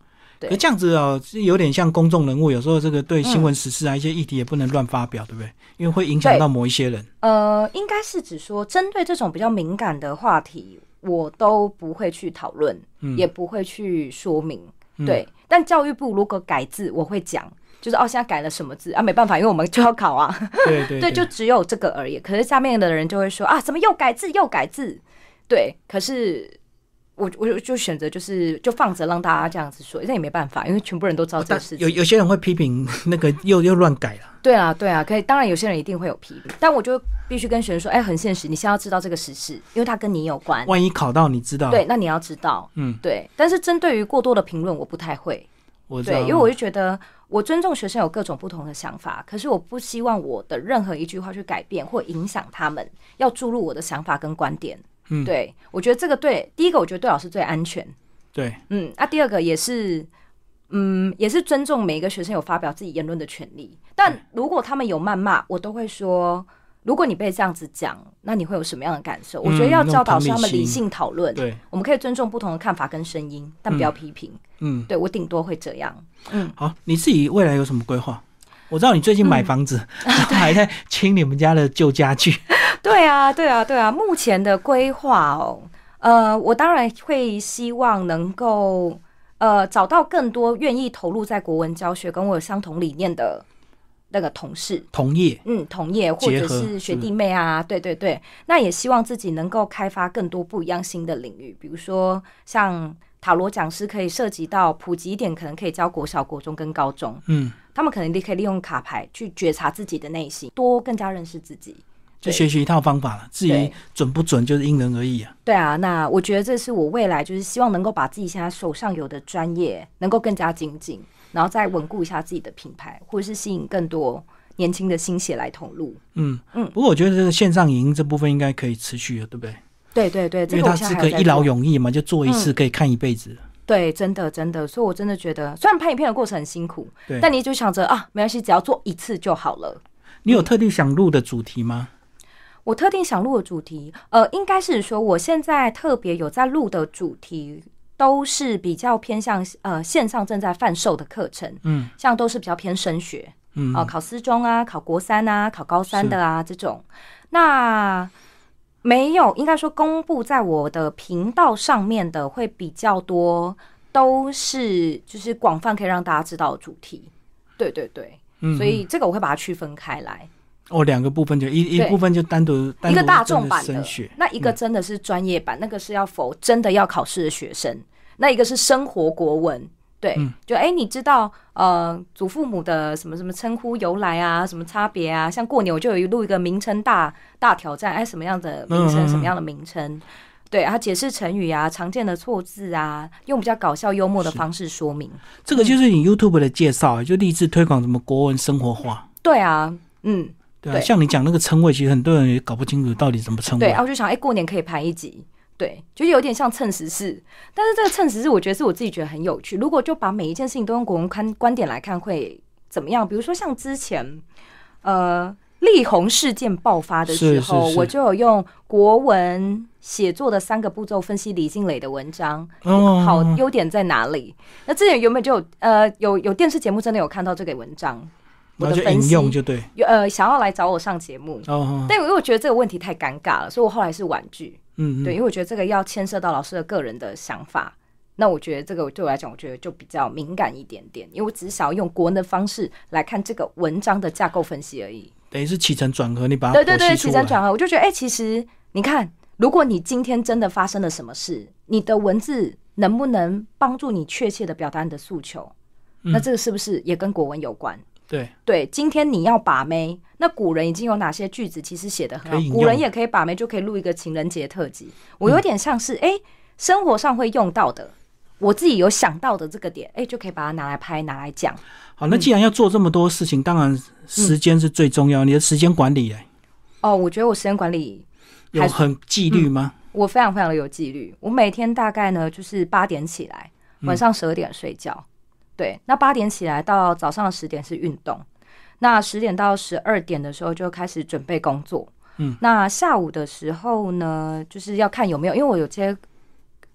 [SPEAKER 2] 对
[SPEAKER 1] 可这样子哦，是有点像公众人物，有时候这个对新闻时事啊、一些议题也不能乱发表，对不对？因为会影响
[SPEAKER 2] 嗯对
[SPEAKER 1] 到某一些人。
[SPEAKER 2] 呃，应该是指说，针对这种比较敏感的话题，我都不会去讨论，
[SPEAKER 1] 嗯
[SPEAKER 2] 也不会去说明。对，但教育部如果改字，我会讲，就是哦，现在改了什么字啊？没办法，因为我们就要考啊。
[SPEAKER 1] 对对
[SPEAKER 2] 对，就只有这个而已。可是下面的人就会说啊，怎么又改字又改字？对，可是。我我就就选择就是就放着让大家这样子说，那也没办法，因为全部人都知道这
[SPEAKER 1] 哦但
[SPEAKER 2] 个事情
[SPEAKER 1] 有。有些人会批评那个 又又乱改了。
[SPEAKER 2] 对啊，对啊，可以。当然，有些人一定会有批评，但我就必须跟学生说，哎，很现实，你先要知道这个时事，因为它跟你有关。
[SPEAKER 1] 万一考到你知道，
[SPEAKER 2] 对，那你要知道，
[SPEAKER 1] 嗯，
[SPEAKER 2] 对。但是针对于过多的评论，我不太会，
[SPEAKER 1] 我知道
[SPEAKER 2] 对，
[SPEAKER 1] 了，
[SPEAKER 2] 因为我就觉得我尊重学生有各种不同的想法，可是我不希望我的任何一句话去改变或影响他们，要注入我的想法跟观点。
[SPEAKER 1] 嗯
[SPEAKER 2] 对啊我觉得这个对第一个，我觉得对老师最安全，
[SPEAKER 1] 对
[SPEAKER 2] 嗯，那、第二个也是嗯，也是尊重每一个学生有发表自己言论的权利。但如果他们有谩骂，我都会说，如果你被这样子讲，那你会有什么样的感受？我觉得要教导是他们理性讨论，
[SPEAKER 1] 对，
[SPEAKER 2] 我们可以尊重不同的看法跟声音，但不要批评。
[SPEAKER 1] 嗯，
[SPEAKER 2] 对我顶多会这样。嗯，
[SPEAKER 1] 好，你自己未来有什么规划？我知道你最近买房子，
[SPEAKER 2] 嗯
[SPEAKER 1] 然后 还在清你们家的旧家具。
[SPEAKER 2] 对啊，对啊，对啊。目前的规划哦，呃，我当然会希望能够呃找到更多愿意投入在国文教学跟我有相同理念的那个同事，
[SPEAKER 1] 同业，
[SPEAKER 2] 嗯，同业或
[SPEAKER 1] 结
[SPEAKER 2] 者
[SPEAKER 1] 合
[SPEAKER 2] 是学弟妹啊，对对对。那也希望自己能够开发更多不一样新的领域，比如说像塔罗讲师可以涉及到普及一点，可能可以教国小、国中跟高中。
[SPEAKER 1] 嗯，
[SPEAKER 2] 他们可能也可以利用卡牌去觉察自己的内心，多更加认识自己。
[SPEAKER 1] 就
[SPEAKER 2] 对
[SPEAKER 1] 学习一套方法了。至于
[SPEAKER 2] 对
[SPEAKER 1] 准不准，就是因人而异啊。
[SPEAKER 2] 对啊，那我觉得这是我未来就是希望能够把自己现在手上有的专业能够更加精进，然后再稳固一下自己的品牌，或者是吸引更多年轻的新血来投入。
[SPEAKER 1] 嗯
[SPEAKER 2] 嗯
[SPEAKER 1] 不过我觉得这个线上影音这部分应该可以持续的，对不对？
[SPEAKER 2] 对对对，
[SPEAKER 1] 因
[SPEAKER 2] 这
[SPEAKER 1] 为
[SPEAKER 2] 个我
[SPEAKER 1] 它
[SPEAKER 2] 现
[SPEAKER 1] 是
[SPEAKER 2] 在还
[SPEAKER 1] 可
[SPEAKER 2] 有
[SPEAKER 1] 以
[SPEAKER 2] 在
[SPEAKER 1] 一劳
[SPEAKER 2] 做嗯
[SPEAKER 1] 永逸嘛，就做一次可以看一辈子。
[SPEAKER 2] 对，真的真的，所以我真的觉得，虽然拍影片的过程很辛苦，
[SPEAKER 1] 对，
[SPEAKER 2] 但你就想着啊，没关系，只要做一次就好了。
[SPEAKER 1] 你
[SPEAKER 2] 嗯
[SPEAKER 1] 有特地想录的主题吗？
[SPEAKER 2] 我特定想录的主题，呃，应该是说我现在特别有在录的主题，都是比较偏向呃线上正在贩售的课程，
[SPEAKER 1] 嗯，
[SPEAKER 2] 像都是比较偏升学，
[SPEAKER 1] 嗯
[SPEAKER 2] 啊、考私中啊，考国三啊，考高三的啊这种，那没有，应该说公布在我的频道上面的会比较多，都是就是广泛可以让大家知道的主题，对对对，
[SPEAKER 1] 嗯，
[SPEAKER 2] 所以这个我会把它区分开来。
[SPEAKER 1] 哦，两个部分就一一
[SPEAKER 2] 对
[SPEAKER 1] 部分就单独单
[SPEAKER 2] 一
[SPEAKER 1] 独
[SPEAKER 2] 个大众版
[SPEAKER 1] 真的
[SPEAKER 2] 的
[SPEAKER 1] 升学，，嗯
[SPEAKER 2] 那一个真的是专业版，那个是要否真的要考试的学生，那一个是生活国文。对，
[SPEAKER 1] 嗯
[SPEAKER 2] 就哎、诶你知道呃，祖父母的什么什么称呼由来啊，什么差别啊？像过年我就有一录一个名称大大挑战，哎、什么样的名
[SPEAKER 1] 嗯嗯嗯
[SPEAKER 2] 称，什么样的名称？对，然后解释成语啊，常见的错字啊，用比较搞笑幽默的方式说明。
[SPEAKER 1] 这个就是你 YouTube 的介绍，啊就立志推广什么国文生活化。
[SPEAKER 2] 对啊，嗯，
[SPEAKER 1] 对啊，
[SPEAKER 2] 对
[SPEAKER 1] 像你讲那个称谓，其实很多人也搞不清楚到底怎么称
[SPEAKER 2] 对，
[SPEAKER 1] 谓
[SPEAKER 2] 然。后我就想，哎、过年可以拍一集，对，就有点像蹭时事。但是这个蹭时事，我觉得是我自己觉得很有趣。如果就把每一件事情都用国文观观点来看，会怎么样？比如说像之前，呃，力宏事件爆发的
[SPEAKER 1] 是
[SPEAKER 2] 时候，
[SPEAKER 1] 是是
[SPEAKER 2] 我就有用国文写作的三个步骤分析李静蕾的文章，
[SPEAKER 1] 哦
[SPEAKER 2] 好优点在哪里？那之前原本就有呃有有电视节目真的有看到这个文章，我
[SPEAKER 1] 然后
[SPEAKER 2] 的
[SPEAKER 1] 就
[SPEAKER 2] 分
[SPEAKER 1] 引
[SPEAKER 2] 析
[SPEAKER 1] 用就对。
[SPEAKER 2] 有呃想要来找我上节目，
[SPEAKER 1] 哦哦，
[SPEAKER 2] 但因为我觉得这个问题太尴尬了，所以我后来是婉拒。
[SPEAKER 1] 嗯，嗯
[SPEAKER 2] 对，因为我觉得这个要牵涉到老师的个人的想法。那我觉得这个对我来讲，我觉得就比较敏感一点点，因为我只是想要用国文的方式来看这个文章的架构分析而已。
[SPEAKER 1] 等于是起承转合，你把它
[SPEAKER 2] 对对
[SPEAKER 1] 剖
[SPEAKER 2] 对，
[SPEAKER 1] 析出
[SPEAKER 2] 起
[SPEAKER 1] 来
[SPEAKER 2] 承转合，我就觉得，哎、其实你看，如果你今天真的发生了什么事，你的文字能不能帮助你确切的表达你的诉求？那这个是不是也跟国文有关？
[SPEAKER 1] 对，
[SPEAKER 2] 对，今天你要把妹，那古人已经有哪些句子其实写的很
[SPEAKER 1] 可以引用
[SPEAKER 2] 好？古人也可以把妹，就可以录一个情人节特辑。我有点像是哎、诶生活上会用到的，我自己有想到的这个点，哎、就可以把它拿来拍，拿来讲。
[SPEAKER 1] 好，
[SPEAKER 2] 嗯
[SPEAKER 1] 那既然要做这么多事情，当然时间是最重
[SPEAKER 2] 嗯
[SPEAKER 1] 要。你的时间管理哎，
[SPEAKER 2] 哦，我觉得我时间管理
[SPEAKER 1] 有
[SPEAKER 2] 还是
[SPEAKER 1] 很纪律吗？
[SPEAKER 2] 我非常非常的有纪律，我每天大概呢就是八点起来，
[SPEAKER 1] 嗯
[SPEAKER 2] 晚上十二点睡觉。对，那八点起来到早上十点是运动，那十点到十二点的时候就开始准备工作。
[SPEAKER 1] 嗯，
[SPEAKER 2] 那下午的时候呢，就是要看有没有，因为我有些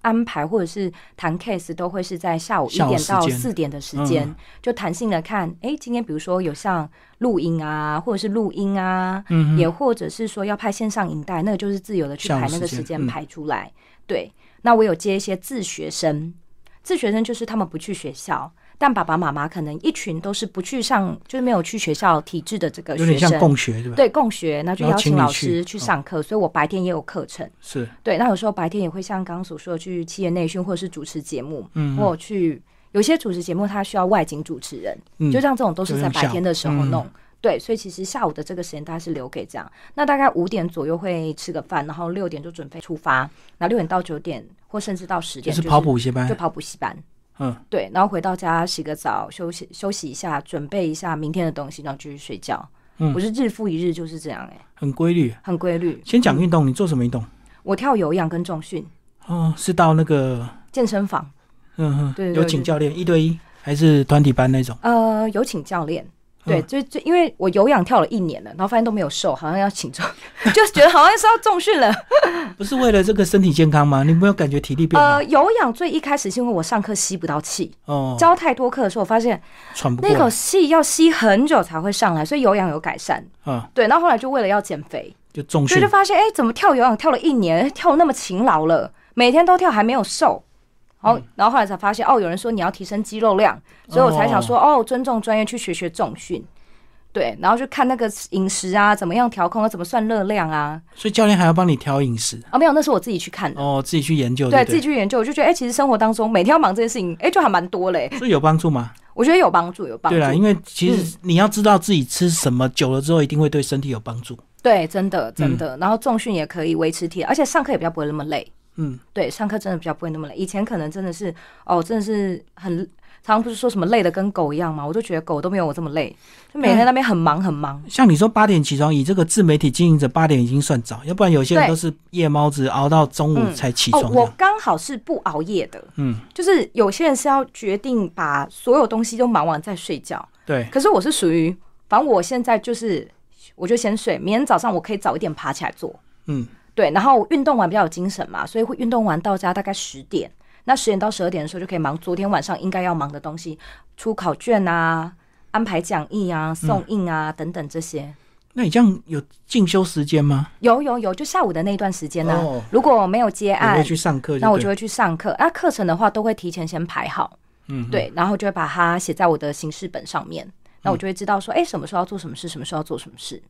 [SPEAKER 2] 安排或者是谈 case 都会是在下午一
[SPEAKER 1] 下午
[SPEAKER 2] 点
[SPEAKER 1] 时
[SPEAKER 2] 到
[SPEAKER 1] 间
[SPEAKER 2] 四点的时间，
[SPEAKER 1] 嗯
[SPEAKER 2] 就弹性的看，哎、今天比如说有像录音啊，或者是录音啊，
[SPEAKER 1] 嗯
[SPEAKER 2] 也或者是说要拍线上影带，那个就是自由的去
[SPEAKER 1] 下午
[SPEAKER 2] 排那个
[SPEAKER 1] 时间
[SPEAKER 2] 时间
[SPEAKER 1] 嗯
[SPEAKER 2] 排出来。对，那我有接一些自学生，自学生就是他们不去学校，但爸爸妈妈可能一群都是不去上，就是没有去学校体制的这个
[SPEAKER 1] 有点
[SPEAKER 2] 嗯学
[SPEAKER 1] 像
[SPEAKER 2] 生。
[SPEAKER 1] 共学对吧？
[SPEAKER 2] 对共学，那就
[SPEAKER 1] 然后
[SPEAKER 2] 邀
[SPEAKER 1] 请
[SPEAKER 2] 请
[SPEAKER 1] 你
[SPEAKER 2] 老
[SPEAKER 1] 去
[SPEAKER 2] 师去
[SPEAKER 1] 哦
[SPEAKER 2] 上课，所以我白天也有课程。
[SPEAKER 1] 是，
[SPEAKER 2] 对，那有时候白天也会像刚刚所说的去企业内训或者是主持节目，嗯，或者去有些主持节目它需要外景主持人，
[SPEAKER 1] 嗯
[SPEAKER 2] 就像这种都
[SPEAKER 1] 就是像
[SPEAKER 2] 在白
[SPEAKER 1] 下午嗯
[SPEAKER 2] 天的时候弄。对，所以其实下午的这个时间大概是留给这样，那大概五点左右会吃个饭，然后六点就准备出发，然后六点到九点或甚至到十
[SPEAKER 1] 就
[SPEAKER 2] 点
[SPEAKER 1] 是跑补习班
[SPEAKER 2] 就。跑补习班，
[SPEAKER 1] 嗯，
[SPEAKER 2] 对，然后回到家洗个澡，休息休息一下，准备一下明天的东西，然后继续睡觉。
[SPEAKER 1] 嗯
[SPEAKER 2] 我是日复一日就是这样、欸，哎，
[SPEAKER 1] 很规律。
[SPEAKER 2] 很规律。
[SPEAKER 1] 先讲运动，你做什么运动？
[SPEAKER 2] 我跳有氧跟重训，
[SPEAKER 1] 哦，是到那个
[SPEAKER 2] 健身房。
[SPEAKER 1] 嗯
[SPEAKER 2] 对
[SPEAKER 1] 嗯，
[SPEAKER 2] 对
[SPEAKER 1] 有请教练一对一。还是团体班那种？
[SPEAKER 2] 呃，有请教练。对，
[SPEAKER 1] 嗯
[SPEAKER 2] 就就因为我有氧跳了一年了，然后发现都没有瘦，好像要请重， 就觉得好像是要重训了。
[SPEAKER 1] 不是为了这个身体健康吗？你没有感觉体力变好
[SPEAKER 2] 呃，？有氧最一开始是因为我上课吸不到气，
[SPEAKER 1] 哦，
[SPEAKER 2] 教太多课的时候，我发现
[SPEAKER 1] 喘不过
[SPEAKER 2] 那
[SPEAKER 1] 来
[SPEAKER 2] 口，气要吸很久才会上来，所以有氧有改善。
[SPEAKER 1] 嗯，
[SPEAKER 2] 对，那后来就为了要减肥，
[SPEAKER 1] 就重
[SPEAKER 2] 所
[SPEAKER 1] 训
[SPEAKER 2] 以就。发现哎、怎么跳有氧跳了一年，跳那么勤劳了，每天都跳还没有瘦。然
[SPEAKER 1] 嗯
[SPEAKER 2] 后，然后后来才发现哦，有人说你要提升肌肉量，所以我才想说哦，尊重专业去学学重训，对，然后去看那个饮食啊，怎么样调控啊，怎么算热量啊。
[SPEAKER 1] 所以教练还要帮你调饮食，
[SPEAKER 2] 啊，没有，那是我自己去看的，
[SPEAKER 1] 哦，自己去研究，
[SPEAKER 2] 对
[SPEAKER 1] 对
[SPEAKER 2] 自己
[SPEAKER 1] 不
[SPEAKER 2] 去研究，我就觉得哎、其实生活当中每天要忙这件事情，哎、就还蛮多嘞、
[SPEAKER 1] 对？所以有帮助吗？
[SPEAKER 2] 我觉得有帮助，有帮助嗯
[SPEAKER 1] 对。啦，因为其实你要知道自己吃什么，久了之后一定会对身体有帮助。
[SPEAKER 2] 对，真的真的。然后重训也可以维持体力，而且上课也比较不会那么累。
[SPEAKER 1] 嗯，
[SPEAKER 2] 对，上课真的比较不会那么累。以前可能真的是哦，真的是很常常不是说什么累的跟狗一样嘛，我就觉得狗都没有我这么累，就每天在那边很忙很忙。
[SPEAKER 1] 像你说八点起床，以这个自媒体经营者八点已经算早，要不然有些人
[SPEAKER 2] 对
[SPEAKER 1] 都是夜猫子熬到中午
[SPEAKER 2] 嗯
[SPEAKER 1] 才起
[SPEAKER 2] 哦
[SPEAKER 1] 床，这
[SPEAKER 2] 我
[SPEAKER 1] 样。
[SPEAKER 2] 刚好是不熬夜的，
[SPEAKER 1] 嗯，
[SPEAKER 2] 就是有些人是要决定把所有东西都忙完再睡觉，
[SPEAKER 1] 对，
[SPEAKER 2] 可是我是属于，反正我现在就是，我就先睡，明天早上我可以早一点爬起来做。
[SPEAKER 1] 嗯，
[SPEAKER 2] 对，然后运动完比较有精神嘛，所以会运动完到家大概十点，那十点到十二点的时候就可以忙昨天晚上应该要忙的东西，出考卷啊、安排讲义啊、送印啊、等等这些。
[SPEAKER 1] 那你这样有进修时间吗？
[SPEAKER 2] 有有有，就下午的那一段时间呢、
[SPEAKER 1] 哦
[SPEAKER 2] 如果没有接
[SPEAKER 1] 你会
[SPEAKER 2] 案，
[SPEAKER 1] 去上课？
[SPEAKER 2] 那我就
[SPEAKER 1] 对了
[SPEAKER 2] 会去上课。那课程的话都会提前先排好，
[SPEAKER 1] 嗯，
[SPEAKER 2] 对，然后就会把它写在我的行事本上面。那我就会知道说，哎、什么时候要做什么事，什么时候要做什么事。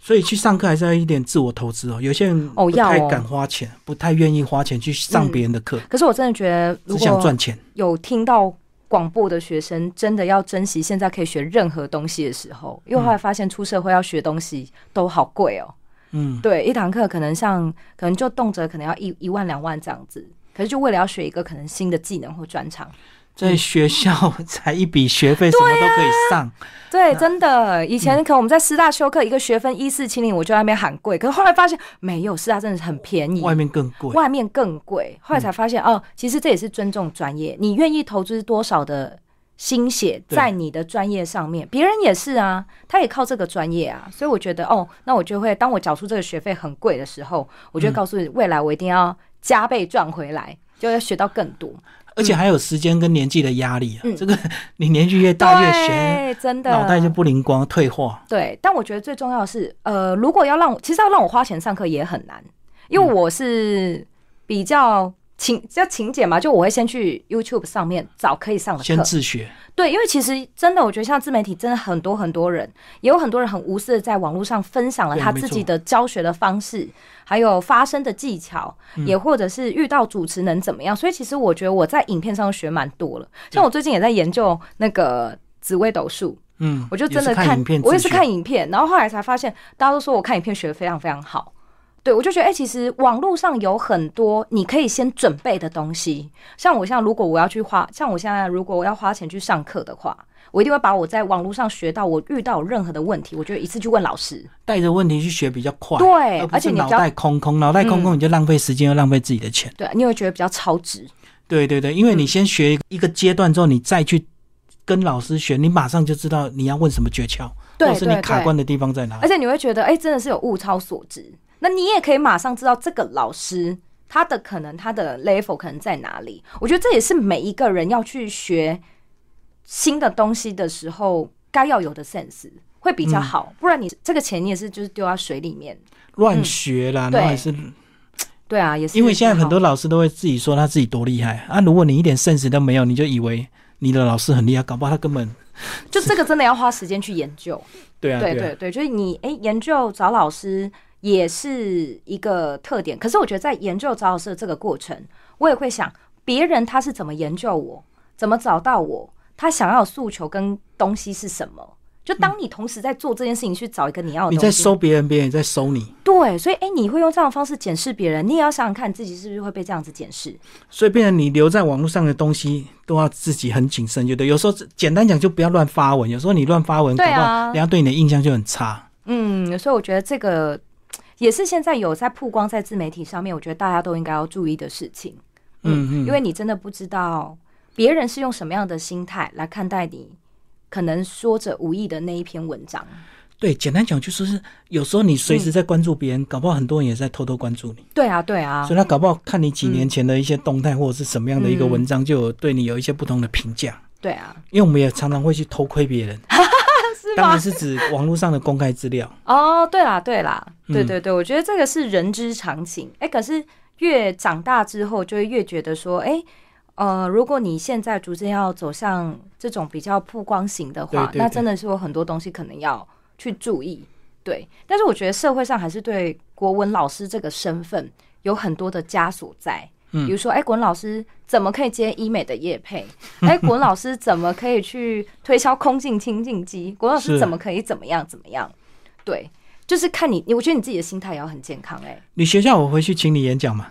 [SPEAKER 1] 所以去上课还是要一点自我投资哦。有些人
[SPEAKER 2] 哦
[SPEAKER 1] 不
[SPEAKER 2] 要
[SPEAKER 1] 太
[SPEAKER 2] 哦
[SPEAKER 1] 敢花钱，不太愿意花钱去上别人的课，
[SPEAKER 2] 可是我真的觉得，如
[SPEAKER 1] 只想
[SPEAKER 2] 果
[SPEAKER 1] 赚钱。
[SPEAKER 2] 有听到广播的学生，真的要珍惜现在可以学任何东西的时候，因为后来发现出社会要学东西都好贵哦。
[SPEAKER 1] 嗯，
[SPEAKER 2] 对，一堂课可能像可能就动辄可能要一一万两万这样子，可是就为了要学一个可能新的技能或专长，
[SPEAKER 1] 在学校才一笔学费，
[SPEAKER 2] 啊
[SPEAKER 1] 什么都可以上。
[SPEAKER 2] 对，真的，以
[SPEAKER 1] 嗯
[SPEAKER 2] 前可能我们在师大修课，一个学分一四七零，我就在那边喊贵，可是后来发现没有，师大真的是很便宜，
[SPEAKER 1] 外面更贵。嗯
[SPEAKER 2] 外面更贵。后来才发现、哦，其实这也是尊重专业，你愿意投资多少的心血
[SPEAKER 1] 对
[SPEAKER 2] 在你的专业上面，别人也是啊，他也靠这个专业啊。所以我觉得哦，那我就会当我缴出这个学费很贵的时候，我
[SPEAKER 1] 嗯
[SPEAKER 2] 就会告诉你，未来我一定要加倍赚回来，就要学到更多。
[SPEAKER 1] 而且还有时间跟年纪的压力啊，
[SPEAKER 2] 嗯
[SPEAKER 1] 这个你年纪越大越学，
[SPEAKER 2] 对，真的，
[SPEAKER 1] 脑袋就不灵光，退化。
[SPEAKER 2] 对，但我觉得最重要的是，呃，如果要让我，其实要让我花钱上课也很难，因
[SPEAKER 1] 嗯
[SPEAKER 2] 为我是比较勤叫勤俭嘛，就我会先去 YouTube 上面找可以上的
[SPEAKER 1] 先
[SPEAKER 2] 课。
[SPEAKER 1] 自学，
[SPEAKER 2] 对，因为其实真的，我觉得像自媒体，真的很多很多人，也有很多人很无私的在网络上分享了
[SPEAKER 1] 对
[SPEAKER 2] 他
[SPEAKER 1] 没
[SPEAKER 2] 自己
[SPEAKER 1] 错
[SPEAKER 2] 的教学的方式，还有发声的技巧，
[SPEAKER 1] 嗯
[SPEAKER 2] 也或者是遇到主持人怎么样。所以其实我觉得我在影片上学蛮多了，像我最近也在研究那个紫微斗数。
[SPEAKER 1] 嗯，
[SPEAKER 2] 我就真
[SPEAKER 1] 也是
[SPEAKER 2] 的看，
[SPEAKER 1] 影片，
[SPEAKER 2] 我也是看，影片，然后后来才发现，大家都说我看影片学的非常非常好。对，我就觉得，哎、其实网络上有很多你可以先准备的东西。像我，像如果我要去花，像我现在如果我要花钱去上课的话，我一定会把我在网络上学到，我遇到任何的问题，我就一次去问老师。
[SPEAKER 1] 带着问题去学比较快，
[SPEAKER 2] 对
[SPEAKER 1] 而不
[SPEAKER 2] 而且
[SPEAKER 1] 是
[SPEAKER 2] 你嗯
[SPEAKER 1] 脑
[SPEAKER 2] 比较
[SPEAKER 1] 袋空空，脑袋空空你就浪费时间，又浪费自己的钱。
[SPEAKER 2] 对，你会觉得比较超值。
[SPEAKER 1] 对对对，因为
[SPEAKER 2] 嗯
[SPEAKER 1] 你先学一个一个阶段之后，你再去跟老师学，你马上就知道你要问什么诀窍，或
[SPEAKER 2] 对
[SPEAKER 1] 者是你
[SPEAKER 2] 对
[SPEAKER 1] 卡
[SPEAKER 2] 对
[SPEAKER 1] 关的地方在哪
[SPEAKER 2] 而。且你会觉得，哎、真的是有物超所值。那你也可以马上知道这个老师他的可能他的 level 可能在哪里。我觉得这也是每一个人要去学新的东西的时候该要有的 sense 会比
[SPEAKER 1] 嗯
[SPEAKER 2] 较好，不然你这个钱你也是就是丢到水里面。
[SPEAKER 1] 乱学啦，
[SPEAKER 2] 嗯
[SPEAKER 1] 然后还是
[SPEAKER 2] 对啊，也是
[SPEAKER 1] 因为现在很多
[SPEAKER 2] 不好
[SPEAKER 1] 老师都会自己说他自己多厉害
[SPEAKER 2] 嗯
[SPEAKER 1] 啊，如果你一点 sense 都没有，你就以为你的老师很厉害，搞不好他根本
[SPEAKER 2] 就这个真的要花时间去研究。
[SPEAKER 1] 对啊
[SPEAKER 2] 对
[SPEAKER 1] 啊
[SPEAKER 2] 对对，就是你哎、诶研究找老师也是一个特点。可是我觉得在研究找老师的这个过程，我也会想别人他是怎么研究我，怎么找到我，他想要的诉求跟东西是什么。就当你同时在做这件事情，去找一个你要的
[SPEAKER 1] 嗯你
[SPEAKER 2] 东
[SPEAKER 1] 在
[SPEAKER 2] 西，
[SPEAKER 1] 收别人，别人也在收你，
[SPEAKER 2] 对，所以哎、诶你会用这样的方式检视别人，你也要想想看自己是不是会被这样子检视。
[SPEAKER 1] 所以变成你留在网络上的东西都要自己很谨慎，就对。有时候简单讲就不要乱发文，有时候你乱发文，搞
[SPEAKER 2] 对
[SPEAKER 1] 不
[SPEAKER 2] 啊
[SPEAKER 1] 好人家对你的印象就很差。
[SPEAKER 2] 嗯，所以我觉得这个也是现在有在曝光在自媒体上面，我觉得大家都应该要注意的事情。
[SPEAKER 1] 嗯嗯，
[SPEAKER 2] 因为你真的不知道别人是用什么样的心态来看待你可能说着无意的那一篇文章？
[SPEAKER 1] 对，简单讲就是，有时候你随
[SPEAKER 2] 嗯
[SPEAKER 1] 时在关注别人，搞不好很多人也在偷偷关注你，
[SPEAKER 2] 对啊，对啊
[SPEAKER 1] 所以，他搞不好看你几年前的一些动态或者是什么样的一个
[SPEAKER 2] 嗯
[SPEAKER 1] 文章，就有对你有一些不同的评价。
[SPEAKER 2] 对啊，
[SPEAKER 1] 因为我们也常常会去偷窥别人，
[SPEAKER 2] 是
[SPEAKER 1] 当
[SPEAKER 2] 吗
[SPEAKER 1] 然？是指网络上的公开资料。
[SPEAKER 2] 哦，对啦，对啦，
[SPEAKER 1] 嗯
[SPEAKER 2] 对对对，我觉得这个是人之常情。哎，可是越长大之后，就会越觉得说，哎，呃，如果你现在逐渐要走向这种比较曝光型的话，
[SPEAKER 1] 对对对
[SPEAKER 2] 那真的是有很多东西可能要去注意。对，但是我觉得社会上还是对国文老师这个身份有很多的枷锁在。
[SPEAKER 1] 嗯
[SPEAKER 2] 比如说，哎，国文老师怎么可以接医美的业 配？哎，国文老师怎么可以去推销空净清净机？国文老师
[SPEAKER 1] 是
[SPEAKER 2] 怎么可以怎么样怎么样？对，就是看你，你我觉得你自己的心态也要很健康、哎，
[SPEAKER 1] 你学校我回去请你演讲嘛？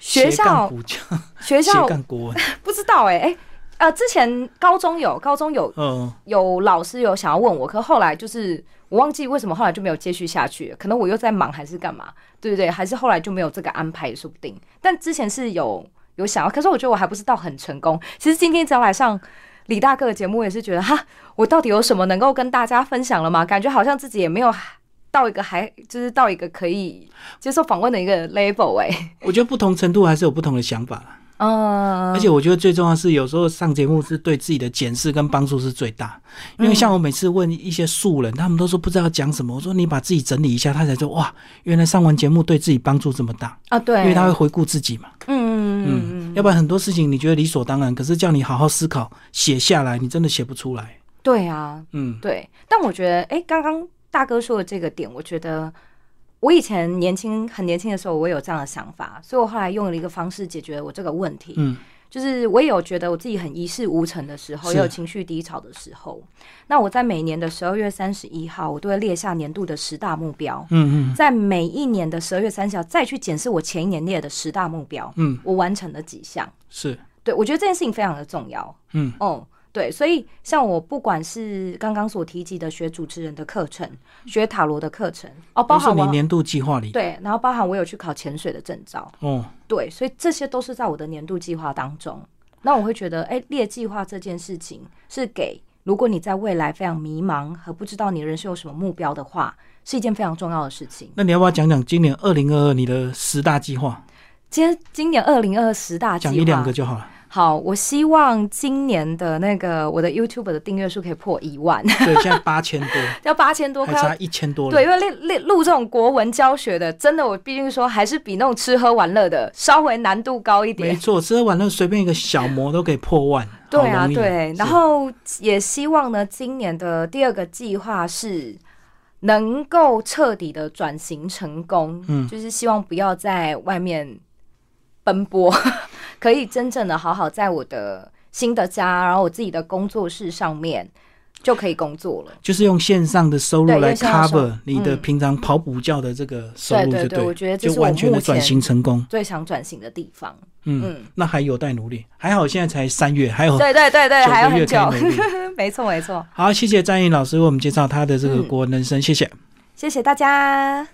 [SPEAKER 2] 学
[SPEAKER 1] 斜杠
[SPEAKER 2] 校
[SPEAKER 1] 古 教，
[SPEAKER 2] 学
[SPEAKER 1] 斜
[SPEAKER 2] 校
[SPEAKER 1] 杠国 文，
[SPEAKER 2] 不知道、哎哎，呃，之前高中有高中有
[SPEAKER 1] 嗯，
[SPEAKER 2] 有老师有想要问我，可后来就是我忘记为什么后来就没有接续下去了，可能我又在忙还是干嘛，对不对？还是后来就没有这个安排，说不定。但之前是有有想要，可是我觉得我还不是到很成功。其实今天只要来上李大哥的节目，也是觉得哈，我到底有什么能够跟大家分享了吗？感觉好像自己也没有到一个还就是到一个可以接受访问的一个 level 哎、
[SPEAKER 1] 我觉得不同程度还是有不同的想法啦。
[SPEAKER 2] 嗯，
[SPEAKER 1] 而且我觉得最重要是，有时候上节目是对自己的检视跟帮助是最大。
[SPEAKER 2] 嗯
[SPEAKER 1] 因为像我每次问一些素人，他们都说不知道讲什么，我说你把自己整理一下，他才说哇，原来上完节目对自己帮助这么大，
[SPEAKER 2] 啊对，
[SPEAKER 1] 因为他会回顾自己嘛。
[SPEAKER 2] 嗯嗯
[SPEAKER 1] 要不然很多事情你觉得理所当然，可是叫你好好思考写下来，你真的写不出来。
[SPEAKER 2] 对啊，
[SPEAKER 1] 嗯，
[SPEAKER 2] 对，但我觉得，哎、刚刚大哥说的这个点，我觉得我以前年轻很年轻的时候，我也有这样的想法，所以我后来用了一个方式解决我这个问题。
[SPEAKER 1] 嗯，
[SPEAKER 2] 就是我也有觉得我自己很一事无成的时候，
[SPEAKER 1] 是
[SPEAKER 2] 也有情绪低潮的时候。那我在每年的十二月三十一号，我都会列下年度的十大目标。
[SPEAKER 1] 嗯嗯
[SPEAKER 2] 在每一年的十二月三十号，再去检视我前一年列的十大目标，
[SPEAKER 1] 嗯，
[SPEAKER 2] 我完成了几项。
[SPEAKER 1] 是，
[SPEAKER 2] 对我觉得这件事情非常的重要。
[SPEAKER 1] 嗯
[SPEAKER 2] 哦，对，所以像我不管是刚刚所提及的学主持人的课程，学塔罗的课程，哦，包
[SPEAKER 1] 都是
[SPEAKER 2] 含
[SPEAKER 1] 你
[SPEAKER 2] 我
[SPEAKER 1] 年度计划里。
[SPEAKER 2] 对，然后包含我有去考潜水的证照，
[SPEAKER 1] 哦，
[SPEAKER 2] 对，所以这些都是在我的年度计划当中。那我会觉得，哎，列计划这件事情是给如果你在未来非常迷茫和不知道你人生有什么目标的话，是一件非常重要的事情。
[SPEAKER 1] 那你要不要讲讲今年二零二二你的十大计划？
[SPEAKER 2] 今天今年二零二十大计
[SPEAKER 1] 讲
[SPEAKER 2] 划，
[SPEAKER 1] 一两个就好了。
[SPEAKER 2] 好，我希望今年的那个我的 YouTube 的订阅数可以破一万，
[SPEAKER 1] 对，现在八千多，
[SPEAKER 2] 要八千多，
[SPEAKER 1] 还
[SPEAKER 2] 快要
[SPEAKER 1] 差一千多了。
[SPEAKER 2] 对，因为录录录这种国文教学的，真的我毕竟说还是比那种吃喝玩乐的稍微难度高一
[SPEAKER 1] 没
[SPEAKER 2] 点。
[SPEAKER 1] 错，吃喝玩乐随便一个小模都可以破万。
[SPEAKER 2] 对
[SPEAKER 1] 好
[SPEAKER 2] 啊，
[SPEAKER 1] 容易
[SPEAKER 2] 对，然后也希望呢，今年的第二个计划是能够彻底的转型成功，
[SPEAKER 1] 嗯
[SPEAKER 2] 就是希望不要在外面奔波， 可以真正的好好在我的新的家，然后我自己的工作室上面就可以工作了。
[SPEAKER 1] 就是用线上的收入
[SPEAKER 2] 对
[SPEAKER 1] 来
[SPEAKER 2] 用线上收入
[SPEAKER 1] cover 你的
[SPEAKER 2] 嗯
[SPEAKER 1] 平常跑补觉的这个收入，
[SPEAKER 2] 对
[SPEAKER 1] 就
[SPEAKER 2] 对对我觉得这
[SPEAKER 1] 就是
[SPEAKER 2] 我
[SPEAKER 1] 完全
[SPEAKER 2] 目
[SPEAKER 1] 的转
[SPEAKER 2] 前
[SPEAKER 1] 型成功。
[SPEAKER 2] 最想转型的地方，
[SPEAKER 1] 嗯，
[SPEAKER 2] 嗯
[SPEAKER 1] 那还有待努力，还好现在才三月，还有
[SPEAKER 2] 对对对对，
[SPEAKER 1] 哦九
[SPEAKER 2] 还有
[SPEAKER 1] 个
[SPEAKER 2] 很
[SPEAKER 1] 月
[SPEAKER 2] 久
[SPEAKER 1] 可，以努力。
[SPEAKER 2] 没错没错，嗯
[SPEAKER 1] 好，谢谢张颖老师为我们介绍他的这个国人人生，谢谢。
[SPEAKER 2] 谢谢大家。